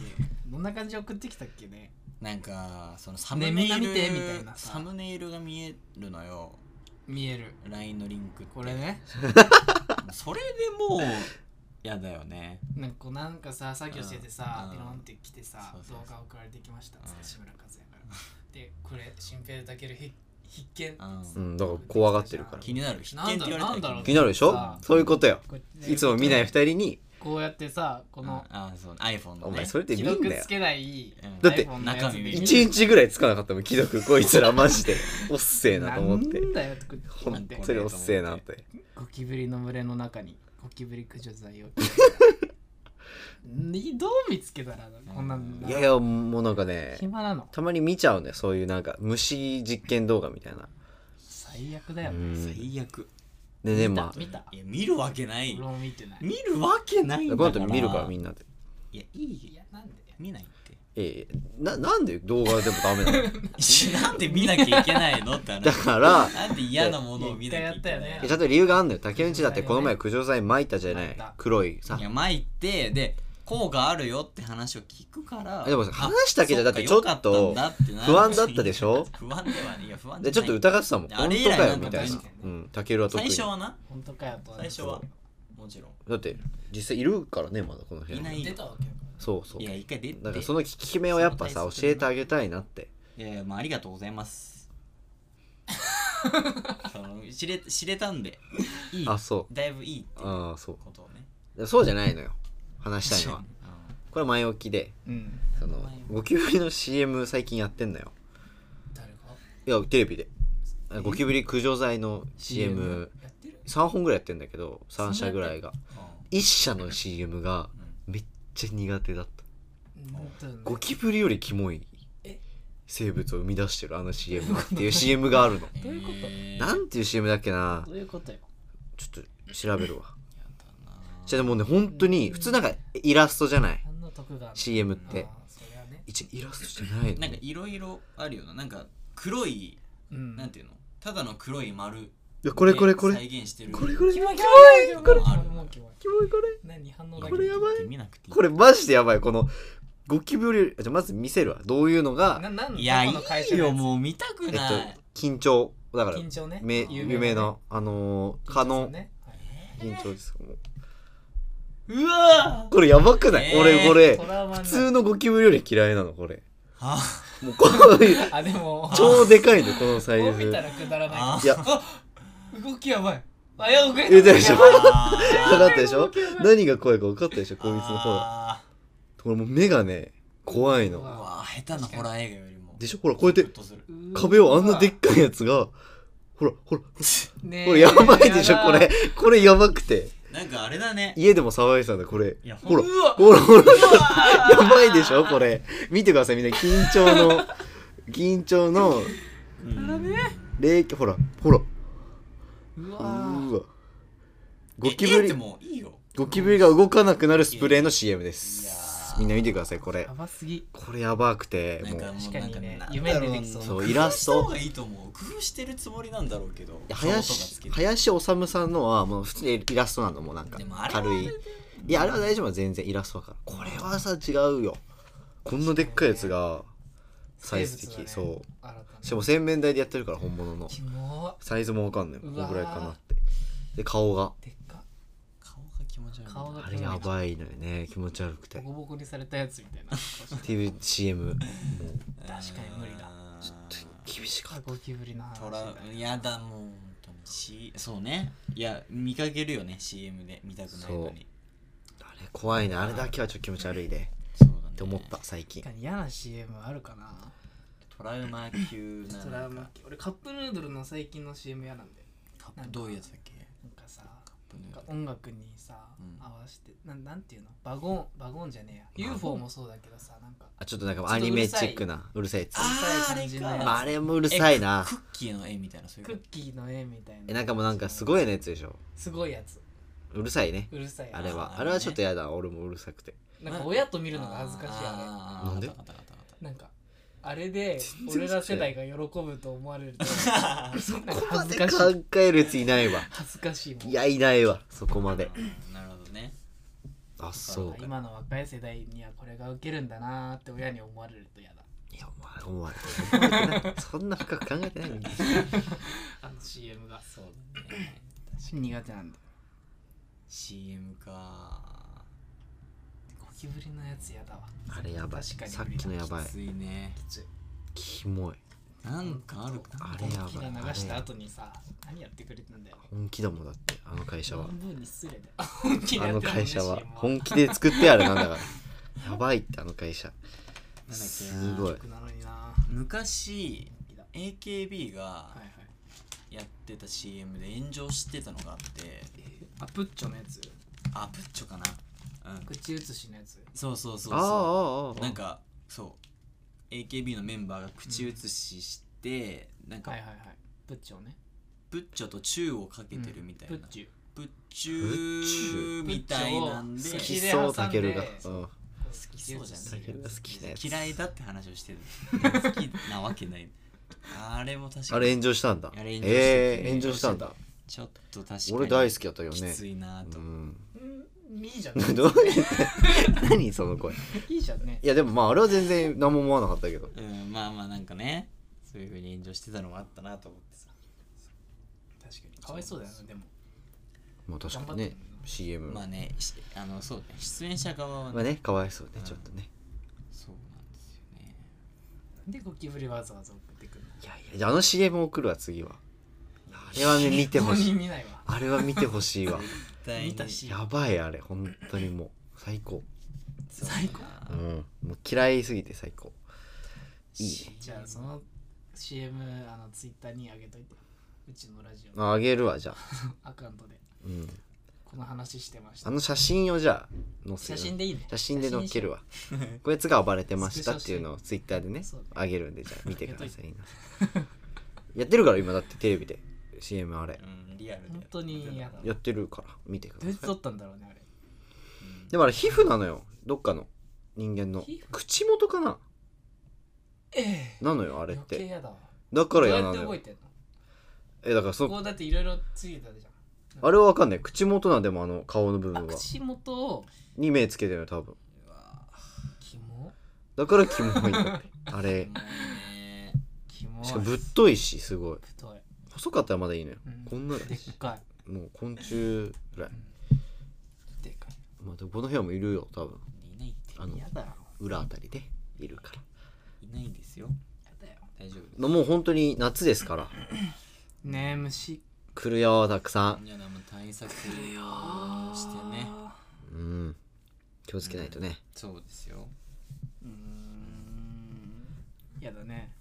Speaker 1: どんな感じ送ってきたっけね
Speaker 3: なんかそのサムネ
Speaker 1: ねみん
Speaker 3: イル
Speaker 1: な見てみたいなさ
Speaker 3: サムネイルが見えるのよ
Speaker 1: 見える
Speaker 3: LINE のリンクって
Speaker 1: これね
Speaker 3: それでもうやだよね
Speaker 1: なんかこうなんかさ作業しててさ、
Speaker 3: うん
Speaker 1: ピロンって来てさ
Speaker 3: そうそうそう
Speaker 1: 動画送られてきましたっつって
Speaker 3: うん
Speaker 1: 志村和也からでこれ新平たける必見
Speaker 3: う
Speaker 2: うんん、だから怖がってるから。
Speaker 3: 気
Speaker 1: 気
Speaker 3: になる必見って言われたら
Speaker 1: なんだろうなんだろう
Speaker 2: 気になるでしょ
Speaker 1: さあ
Speaker 2: そういうことよ。
Speaker 1: こうやって
Speaker 2: いつも見ない二人に、
Speaker 1: こうやってさこの
Speaker 3: あそう iPhone のね
Speaker 2: お前それって見
Speaker 1: 記
Speaker 2: ん
Speaker 1: 録
Speaker 2: だよ
Speaker 1: つけない
Speaker 3: うん
Speaker 2: だって
Speaker 1: iPhone のやつで見る
Speaker 2: 1日ぐらいつかなかったもん既読こいつらマジでおっせえなと思って
Speaker 1: なんだよってこう
Speaker 2: 本
Speaker 1: 待って
Speaker 2: 当におっせえなって
Speaker 1: ゴキブリの群れの中にゴキブリ駆除 剤をにどう見つけたらこんなん
Speaker 2: いやいやもうなんかね
Speaker 1: 暇なの
Speaker 2: たまに見ちゃうねそういうなんか虫実験動画みたいな
Speaker 1: 最悪だよ、
Speaker 2: うん
Speaker 3: 最悪
Speaker 2: でねまあ
Speaker 1: 見た
Speaker 3: いや見るわけない
Speaker 1: 俺も見てない
Speaker 3: 見るわけないんだ
Speaker 2: こ
Speaker 3: から
Speaker 2: の後見るからみんなで
Speaker 3: いやいい
Speaker 1: いやなんで
Speaker 3: 見ないって
Speaker 2: ええななんで動画でもダメなの
Speaker 3: いやなんで見なきゃいけないのって話
Speaker 2: だから
Speaker 3: なんで嫌なものを見なきゃいけない
Speaker 1: いや一回やったよ
Speaker 2: え
Speaker 1: ね
Speaker 2: ちゃんと理由があんのよ竹内だってこの前駆除剤撒いたじゃな
Speaker 1: 撒
Speaker 2: い
Speaker 1: いた
Speaker 2: 黒いさ
Speaker 3: いや巻いてで効果あるよって話を聞くから
Speaker 2: でもさ
Speaker 3: あ
Speaker 2: 話したけど
Speaker 3: そ
Speaker 2: だってちょっと
Speaker 3: よかたんだってな
Speaker 2: 不安だったでしょ
Speaker 3: 不安ではねいや不安
Speaker 2: で
Speaker 3: じゃない
Speaker 2: ちょっと疑ってたもん
Speaker 3: あ
Speaker 2: 本
Speaker 3: れ以
Speaker 2: 当
Speaker 3: 来
Speaker 2: かよみたい
Speaker 1: なか確
Speaker 2: なん
Speaker 1: か
Speaker 2: う
Speaker 1: にね
Speaker 2: ん竹内は特
Speaker 3: 最
Speaker 2: に
Speaker 3: 初はな
Speaker 1: 本当かよとは
Speaker 3: 最初はもちろん
Speaker 2: だって実際いるからねまだこの部屋
Speaker 3: い
Speaker 2: に
Speaker 3: ない
Speaker 1: 出たわけよ
Speaker 2: そうそう
Speaker 3: いや一回出て
Speaker 2: だからその効き目をやっぱさ
Speaker 3: その対策
Speaker 2: 教えてあげたいなって
Speaker 3: いやいやまあありがとうございますその知れ知れたんでいい
Speaker 2: あそ
Speaker 3: だいぶいいっていう
Speaker 2: ああそ
Speaker 3: ことをね
Speaker 2: うそうじゃないのよ話したいのはこれ前置きで
Speaker 1: うん
Speaker 2: その
Speaker 3: 前置き
Speaker 2: ゴキブリの CM 最近やってんのよ
Speaker 1: 誰か
Speaker 2: いやテレビでゴキブリ駆除剤の CM3
Speaker 1: やってる
Speaker 2: 本ぐらいやってんだけど3社ぐらいが
Speaker 3: う
Speaker 2: 1社の CM が
Speaker 3: んうん
Speaker 2: めっちゃ苦手だった
Speaker 1: 本当だね
Speaker 2: ゴキブリよりキモい
Speaker 1: え
Speaker 2: 生物を生み出してるあの CM はっていう CM があるの
Speaker 1: どういうこと
Speaker 3: えー
Speaker 2: なんていう CM だっけな
Speaker 1: どういうことよ
Speaker 2: ちょっと調べるわ
Speaker 3: やだな
Speaker 2: じゃあもうね本当に普通なんかイラストじゃない
Speaker 1: 何の得があるの
Speaker 2: CM って
Speaker 1: あーそりゃね
Speaker 2: 一応イラストじゃないの
Speaker 3: なんかいろいろあるよななんか黒い
Speaker 1: うん
Speaker 3: なんていうのただの黒い丸
Speaker 2: いやこれこれこれ
Speaker 3: 再現してる
Speaker 2: これこれ
Speaker 1: キモいキモい
Speaker 3: これ
Speaker 1: あもうキモい
Speaker 2: キモいこれ
Speaker 1: 何反応
Speaker 3: 今
Speaker 1: だ
Speaker 2: これ
Speaker 1: け
Speaker 2: やばい
Speaker 3: 見てみなくていい
Speaker 2: これマジでやばいこのゴキブリあじゃあまず見せるわどういうの
Speaker 1: な
Speaker 2: が
Speaker 1: なん
Speaker 3: いやい
Speaker 1: どこの会社
Speaker 3: い
Speaker 1: のや
Speaker 3: よ
Speaker 1: つ
Speaker 3: もう見た
Speaker 2: え
Speaker 3: く
Speaker 2: っと
Speaker 3: ない
Speaker 2: 緊張だから
Speaker 1: 緊張ね
Speaker 2: め
Speaker 1: 有
Speaker 2: 有名
Speaker 1: なね
Speaker 2: なあのー
Speaker 1: 緊張
Speaker 2: 蚊
Speaker 1: する
Speaker 2: の
Speaker 1: ねはい
Speaker 2: 緊張ですもう
Speaker 3: うわ
Speaker 2: これやばくない
Speaker 3: えー
Speaker 2: 俺これ
Speaker 1: トラウマにな
Speaker 2: 普
Speaker 1: る
Speaker 2: 通のゴキブリより嫌いなのこれ
Speaker 3: あ
Speaker 2: もうこういう
Speaker 1: あでも
Speaker 2: 超でかいのこのサイ
Speaker 1: こう
Speaker 2: ズ
Speaker 1: 見たらくだらない
Speaker 3: あ
Speaker 2: いや
Speaker 1: 動きやばいあや遅れ
Speaker 2: 言うてるでしょ
Speaker 1: やばい
Speaker 2: 分か
Speaker 3: あ
Speaker 2: ったでしょ何が怖いか分かったでしょこいつのほら
Speaker 3: あ
Speaker 2: これもう目がね怖いの
Speaker 1: う
Speaker 3: ーうわー下手なホラー映画よりも
Speaker 2: でしょほらこうやっ
Speaker 3: ちょ
Speaker 2: て
Speaker 3: とする
Speaker 2: 壁をあんなでっかいやつがほらほら
Speaker 1: ねえ
Speaker 2: これやばいでしょ
Speaker 1: やだ
Speaker 2: これこれやばくて
Speaker 3: なんかあれだね
Speaker 2: 家でも騒いでたんだこれ
Speaker 3: いや
Speaker 2: ほら
Speaker 1: うわ
Speaker 2: ほらほらやばいでしょこれ見てくださいみんな緊張の緊張の
Speaker 3: うん
Speaker 2: 冷気ほらほらう
Speaker 1: うわ
Speaker 2: ーわゴキブ
Speaker 3: え絵っ
Speaker 2: リ
Speaker 3: てもういいよ
Speaker 2: ゴキブリが動かなくなるスプレーの CM です
Speaker 3: いやー
Speaker 2: みんな見てくださいこれ
Speaker 1: やばすぎ
Speaker 2: これやばくて
Speaker 3: なん
Speaker 2: もう
Speaker 3: かも
Speaker 1: 確
Speaker 3: う
Speaker 1: か
Speaker 3: なん
Speaker 1: に
Speaker 3: か
Speaker 1: ね
Speaker 3: なん
Speaker 1: 夢
Speaker 3: だ
Speaker 1: に
Speaker 3: ろ
Speaker 1: 出
Speaker 3: う
Speaker 1: てきそう
Speaker 2: そうう
Speaker 3: イ
Speaker 2: イ
Speaker 3: ラ
Speaker 2: ラ
Speaker 3: ス
Speaker 2: ス
Speaker 3: ト
Speaker 2: ト
Speaker 3: がいいと思う工夫してるつもりなんだろうけどショート
Speaker 2: 林
Speaker 3: がつけて
Speaker 2: 林修さんのはもう普通にイラストなのもうなんか
Speaker 3: でもあれは
Speaker 2: 軽いいやあれは大丈夫全然イラストだからこれはさ違うよこんなでっかいやつがサイズ的、そう
Speaker 1: う
Speaker 2: しかも洗面台でやってるから本物の
Speaker 1: キモ
Speaker 2: サイズもわかんないこ
Speaker 1: う
Speaker 2: の
Speaker 1: わー
Speaker 2: ぐらいかなってで顔が
Speaker 1: でっか
Speaker 3: 顔が気持ち悪い
Speaker 1: 顔が
Speaker 2: あれやばいのよね気持ち悪くて
Speaker 1: ボ
Speaker 2: っ
Speaker 1: コボコにされたやつみたいな
Speaker 2: ていう CM もう
Speaker 1: 確かに無理だ
Speaker 3: ちょっ
Speaker 2: 厳しかっ
Speaker 1: ゴキブリの話
Speaker 3: とトラやだもう本当にしそうねいや見かけるよね CM で見たくないのに
Speaker 2: たあれ怖いねあれだけはちょっと気持ち悪いで
Speaker 3: そうだね
Speaker 2: って思った最近
Speaker 1: 確かに嫌な CM あるかな
Speaker 3: トラウマ級な
Speaker 1: トラウ
Speaker 3: なん
Speaker 1: マ
Speaker 3: か
Speaker 1: 俺カップヌードルの最近の CM 嫌なんで
Speaker 3: カップどういうやつだっけ
Speaker 1: なんかさ
Speaker 3: カップヌ
Speaker 1: な
Speaker 3: ー
Speaker 1: んか
Speaker 3: ドル
Speaker 1: 音楽にさ、
Speaker 3: うん
Speaker 1: 合わせてなんなんていうのバゴンバゴンじゃねえや UFO もそうだけどさなんか
Speaker 2: あちょっとなんかアニメチックなうるさいやつ
Speaker 3: あーあれ
Speaker 1: 小さい感じの
Speaker 2: ま
Speaker 1: や
Speaker 2: あ、
Speaker 3: か
Speaker 2: あれもうるさいな
Speaker 3: えククッキーの絵みたいなそういう
Speaker 1: ク
Speaker 3: こ
Speaker 1: ッ
Speaker 3: と
Speaker 1: キーの絵みたいな
Speaker 2: えなんかもうなんかすごい
Speaker 1: い
Speaker 2: なやつでしょ
Speaker 1: すごいやつ
Speaker 2: うるさいね
Speaker 1: うるさいやつ
Speaker 2: あれ
Speaker 3: あーあれ
Speaker 2: は
Speaker 3: ね
Speaker 2: あれはちょっとやだ俺もうるさくて
Speaker 1: なんか親と見るのが恥ずかしいあ
Speaker 3: あー
Speaker 2: なんで
Speaker 3: わかったわかったわかった
Speaker 1: れなんかあれで
Speaker 2: 然
Speaker 1: 俺ら世代が喜ぶと思われると なんか
Speaker 2: ここま
Speaker 1: 恥ず
Speaker 2: で
Speaker 1: か
Speaker 2: 考
Speaker 1: しい
Speaker 2: えるやついないわ
Speaker 1: 恥ずかしいもん
Speaker 2: いやいないわそこまで
Speaker 3: うんなるほどね
Speaker 2: あそうか
Speaker 1: 今の若い世代にはこれがウケるんだなーって親に思われると嫌だ
Speaker 2: いやお前お前お前ってないそんな深く考えてないんだよ
Speaker 1: あの CM がそう
Speaker 3: そう だね
Speaker 1: 苦手なんだ
Speaker 3: CM か
Speaker 1: ゴキブリのやつやだわ
Speaker 2: あれやばい
Speaker 1: 確かに
Speaker 2: さっきのやばい
Speaker 3: きついね
Speaker 2: キモい
Speaker 3: なんかある
Speaker 2: あれやばい
Speaker 1: 大きな流した後にさ何やってくれたんだよ
Speaker 2: 本気だもんだってあの会社は
Speaker 1: 半分に失礼だよ本気で
Speaker 2: あ
Speaker 1: や
Speaker 2: の
Speaker 1: ってるもんね
Speaker 2: 会社は
Speaker 1: CM
Speaker 2: 本気で作ってあるなんだからやばいってあの会社
Speaker 3: な
Speaker 2: す
Speaker 3: んだっ
Speaker 2: ごい
Speaker 1: 曲なのになは
Speaker 3: けな昔 AKB
Speaker 1: い
Speaker 3: が
Speaker 1: はい
Speaker 3: やってた CM で炎上してたのがあって
Speaker 1: あプッチョのやつ
Speaker 3: あプッチョかなうん
Speaker 1: 口移しのやつ
Speaker 3: そうそうそう
Speaker 2: ああ
Speaker 3: そ
Speaker 2: あああ
Speaker 3: う
Speaker 2: あ
Speaker 3: なんかそう AKB のメンバーが口移しして、なんか
Speaker 1: はいはいはいプッチョね
Speaker 3: プッチョとチューをかけてるみたいな、
Speaker 1: プッチュ
Speaker 3: プッチューみたいなんで
Speaker 1: プッ
Speaker 2: 好
Speaker 1: チ
Speaker 2: き
Speaker 1: ュを
Speaker 2: そうたけるが
Speaker 1: 好きで挟
Speaker 2: う
Speaker 1: ん好
Speaker 2: ん
Speaker 3: きそうじゃん
Speaker 2: たけるが好きなやつ
Speaker 3: 嫌いだって話をしてる好きなわけないあれも確かに
Speaker 2: あれ炎上したんだ
Speaker 3: あれ炎上して
Speaker 2: ええ炎上したんだ
Speaker 3: ちょっと確かに
Speaker 2: 俺大好きだったよ
Speaker 3: き
Speaker 2: ね
Speaker 3: ついな
Speaker 2: う
Speaker 3: と、
Speaker 2: ん
Speaker 1: うんいいじゃんい
Speaker 2: どういう 何その声い
Speaker 1: いじゃんね
Speaker 2: やでもまああれは全然何も思わなかったけど
Speaker 3: うん、まあまあなんかねそういうふうに炎上してたのもあったなと思ってさ
Speaker 1: 確かにかわいそうだよなでも
Speaker 2: まあ確かにね
Speaker 1: 頑張ってんの
Speaker 2: CM
Speaker 3: まあねしあのそうね出演者側はね、
Speaker 2: まあねかわいそうね
Speaker 3: うん
Speaker 2: ちょっとね
Speaker 3: そうなんですよね
Speaker 1: なんでゴキブリわざわざ送ってくるの
Speaker 2: いやいやあの CM 送るわ次はあれはね見てほし
Speaker 1: 本
Speaker 2: い
Speaker 1: 人見ないわ
Speaker 2: あれは見てほしいわ
Speaker 3: 絶対に
Speaker 1: 見たし
Speaker 2: やばいあれ本当にもう最高
Speaker 3: そうだな
Speaker 1: 最高
Speaker 2: うんもう嫌いすぎて最高いいね
Speaker 1: じゃあその CM あのツイッターにあげといてうちのラジオの
Speaker 2: ああげるわじゃあ、
Speaker 1: アカウントで
Speaker 2: うん、
Speaker 1: この話してまし
Speaker 2: あ
Speaker 1: た
Speaker 2: の写真をじゃあ載せ
Speaker 1: 写
Speaker 2: る
Speaker 1: 真でいいね
Speaker 2: 写真で載っけ る
Speaker 1: わ
Speaker 2: わこいつが暴れてましたっていうのをツイッターでね
Speaker 1: そうね
Speaker 2: あげるんでじ ゃあ見てくださいなやってるから今だってテレビで CM あれ
Speaker 3: うんリアルで
Speaker 1: 本当にや
Speaker 2: やってるから見てく
Speaker 1: どうや
Speaker 2: だ
Speaker 1: って
Speaker 2: さ
Speaker 1: 撮
Speaker 2: い
Speaker 1: ったんだろうねあれ
Speaker 2: でもあれ皮膚なのよどっかの人間の
Speaker 1: 皮膚
Speaker 2: 口元かな
Speaker 1: ええ
Speaker 2: なのよあれっ
Speaker 1: 余計
Speaker 2: て
Speaker 1: やだわ
Speaker 2: だか
Speaker 1: ど
Speaker 2: ら
Speaker 1: う
Speaker 2: 嫌
Speaker 1: や
Speaker 2: な
Speaker 1: っ
Speaker 2: の
Speaker 1: て動い
Speaker 2: よ
Speaker 1: てんの
Speaker 2: えだからそ
Speaker 1: こうだっていろいろついてたじゃん
Speaker 2: あれはわかんない口元なんでもあの顔の部
Speaker 1: あ
Speaker 2: 分は
Speaker 1: 口元を
Speaker 2: に目つけてるよ多分
Speaker 1: キモ
Speaker 2: だからキモ いんだってあ
Speaker 3: う
Speaker 2: れ
Speaker 3: んもうね
Speaker 1: キモい
Speaker 2: しかもぶっといしすごい
Speaker 1: 太い
Speaker 2: 細かったらまだいいのよ、
Speaker 1: うん
Speaker 2: こんなの
Speaker 1: でっか
Speaker 2: もう昆虫ぐらい、
Speaker 1: いでっか
Speaker 2: まあ、でもこの部屋もいるよ多分
Speaker 3: いないって
Speaker 2: あ
Speaker 1: い
Speaker 2: の
Speaker 1: やだよ
Speaker 2: 裏あたりでいるから
Speaker 3: いないんですよ
Speaker 1: やだよ
Speaker 3: 大丈夫です
Speaker 2: のもう本当に夏ですから
Speaker 1: ねえ虫
Speaker 2: 来るよたくさ
Speaker 3: いやでも対策してね
Speaker 2: んうん気をつけないとね、
Speaker 3: そうですよ
Speaker 1: うーんやだね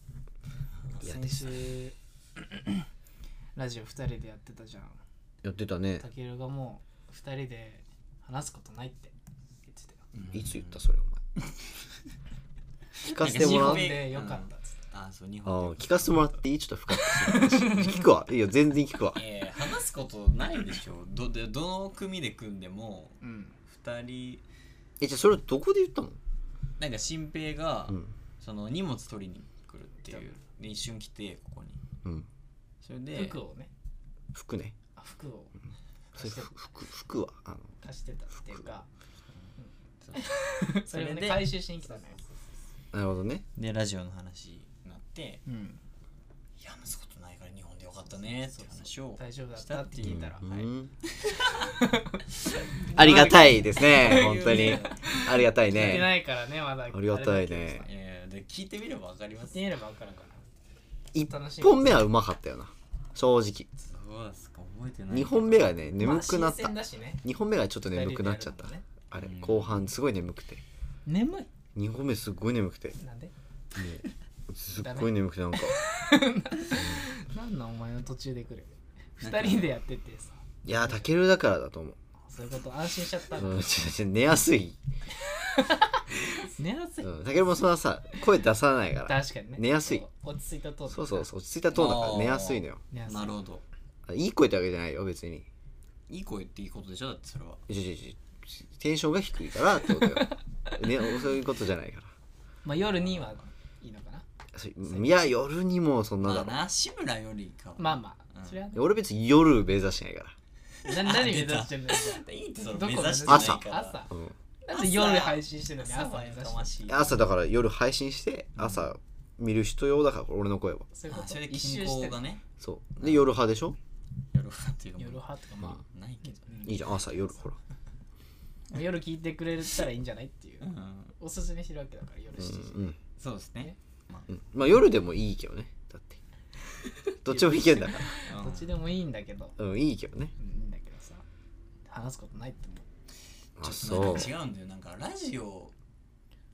Speaker 2: 嫌
Speaker 1: 先
Speaker 2: です
Speaker 1: 週ラジオ2人でやってたじゃん
Speaker 2: やってたね
Speaker 1: たけるがもう2人で話すことないって言ってたよ
Speaker 2: いつ言ったそれお前聞かせても
Speaker 1: 日
Speaker 2: ら
Speaker 1: 本
Speaker 2: う
Speaker 1: でよかったっつって
Speaker 3: あそう日
Speaker 2: あ
Speaker 3: 本
Speaker 2: ー聞かせてもらっていいちょっと深く聞くわいいよ全然聞くわ
Speaker 3: えー話すことないでしょどでどの組で組んでも
Speaker 1: うん
Speaker 3: 2人
Speaker 2: えじゃあそれどこで言ったの
Speaker 3: なんか新平が、
Speaker 2: うん
Speaker 3: その荷物取りに来るっていうで一瞬来てここに
Speaker 2: うん
Speaker 3: それで
Speaker 1: 服をね
Speaker 2: 服ね
Speaker 1: あ服を
Speaker 2: それふ服服はあの
Speaker 1: 貸してたっていうか
Speaker 3: そう
Speaker 1: それをね回収しに来たのよ
Speaker 2: なるほどね
Speaker 3: でラジオの話になって
Speaker 1: うん
Speaker 3: いや話すことないから日本でよかったねっていう話を
Speaker 1: 大丈夫だったって聞いたら
Speaker 2: うん
Speaker 1: はい
Speaker 2: ありがたいですね
Speaker 3: こうい
Speaker 2: 本
Speaker 3: う
Speaker 2: 当にありがた
Speaker 1: 聞
Speaker 2: い
Speaker 1: いて
Speaker 2: ね
Speaker 1: ないからねまだあ
Speaker 2: りがたいね
Speaker 3: いやいやで聞いてみればわかりま
Speaker 1: っ
Speaker 3: す
Speaker 1: てみれば分かるか
Speaker 2: 一
Speaker 1: な楽しみ
Speaker 2: 本目はうまかったよな正直
Speaker 3: そうですか覚えてない
Speaker 2: 二本目がね眠くなっ
Speaker 1: まあ新
Speaker 2: た
Speaker 1: 鮮だしね
Speaker 2: 二本目がちょっと眠くなっちゃった
Speaker 1: 二人でやる
Speaker 2: あれ
Speaker 3: うん
Speaker 2: 後半すごい眠くて
Speaker 1: のもね
Speaker 2: 二本目すっごい眠くても
Speaker 1: 眠いなんで
Speaker 2: うすっごい眠くてなんか
Speaker 1: なんなんお前の途中で来る
Speaker 3: なんか
Speaker 1: 2人でやっててさ
Speaker 2: いやーたけるだからだと思う
Speaker 1: そういうこと安心しちゃった
Speaker 2: うんちょちょ寝やすい
Speaker 1: 寝やすい
Speaker 2: うんたけるもそんなさ声出さないから
Speaker 1: 確かにね
Speaker 2: 寝やすい
Speaker 1: そう落ち着いたと
Speaker 2: そうそうそう落ち着いたトーンだから寝やすいのよ
Speaker 1: 寝やすい
Speaker 3: なるほど
Speaker 2: あいい声ってわけじゃないよ別に
Speaker 3: いい声っていいことでしょだってそれは
Speaker 2: ちょちょちょテンションが低いからっ てことよ、ね、そういうことじゃないから
Speaker 1: まあ夜にはいいのかな
Speaker 2: そいや夜にもそんなだろ
Speaker 3: まあな志村よりかは
Speaker 1: まあま
Speaker 3: うん
Speaker 1: あそれはね
Speaker 2: 俺別に夜目指してないか
Speaker 1: な何目指してんのじゃ
Speaker 3: いいって そ
Speaker 1: あ
Speaker 3: の
Speaker 1: ど
Speaker 3: 目
Speaker 1: こ
Speaker 3: 指してない
Speaker 1: 朝
Speaker 3: から
Speaker 1: 朝
Speaker 2: ら、うん
Speaker 1: なんで夜配信してるのに
Speaker 3: 朝
Speaker 1: 朝
Speaker 3: は
Speaker 1: 目
Speaker 3: や
Speaker 1: 指
Speaker 3: か
Speaker 1: して
Speaker 3: ま
Speaker 1: る
Speaker 3: しい
Speaker 2: 朝だから夜配信して朝見る人用だから俺の声は
Speaker 1: そういうこ
Speaker 3: あそ
Speaker 1: と
Speaker 3: れで
Speaker 1: 一
Speaker 3: 均
Speaker 1: 周して
Speaker 3: 衡
Speaker 1: る
Speaker 3: がね
Speaker 2: そうで夜派でしょ
Speaker 3: 夜派っていうか
Speaker 1: 夜
Speaker 3: も
Speaker 1: 派とかまあ
Speaker 3: うないけど
Speaker 2: いいじゃん朝夜ほら
Speaker 1: うん夜聞いてくれたらいいんじゃないっていう
Speaker 3: うん
Speaker 1: おすすめしてるわけだから夜
Speaker 2: う
Speaker 1: 7時
Speaker 2: んうん、
Speaker 3: そうですね
Speaker 2: うん、まあ夜でもいいけどねどっちもいけんだか
Speaker 1: どっちでもいいんだけど、
Speaker 2: らうんいいけどね
Speaker 1: うん、いいんだけどさ話すことないって思う
Speaker 2: あ
Speaker 3: ちょっとな
Speaker 2: そ
Speaker 3: ん
Speaker 2: う
Speaker 3: か違うんだよなんかラジオ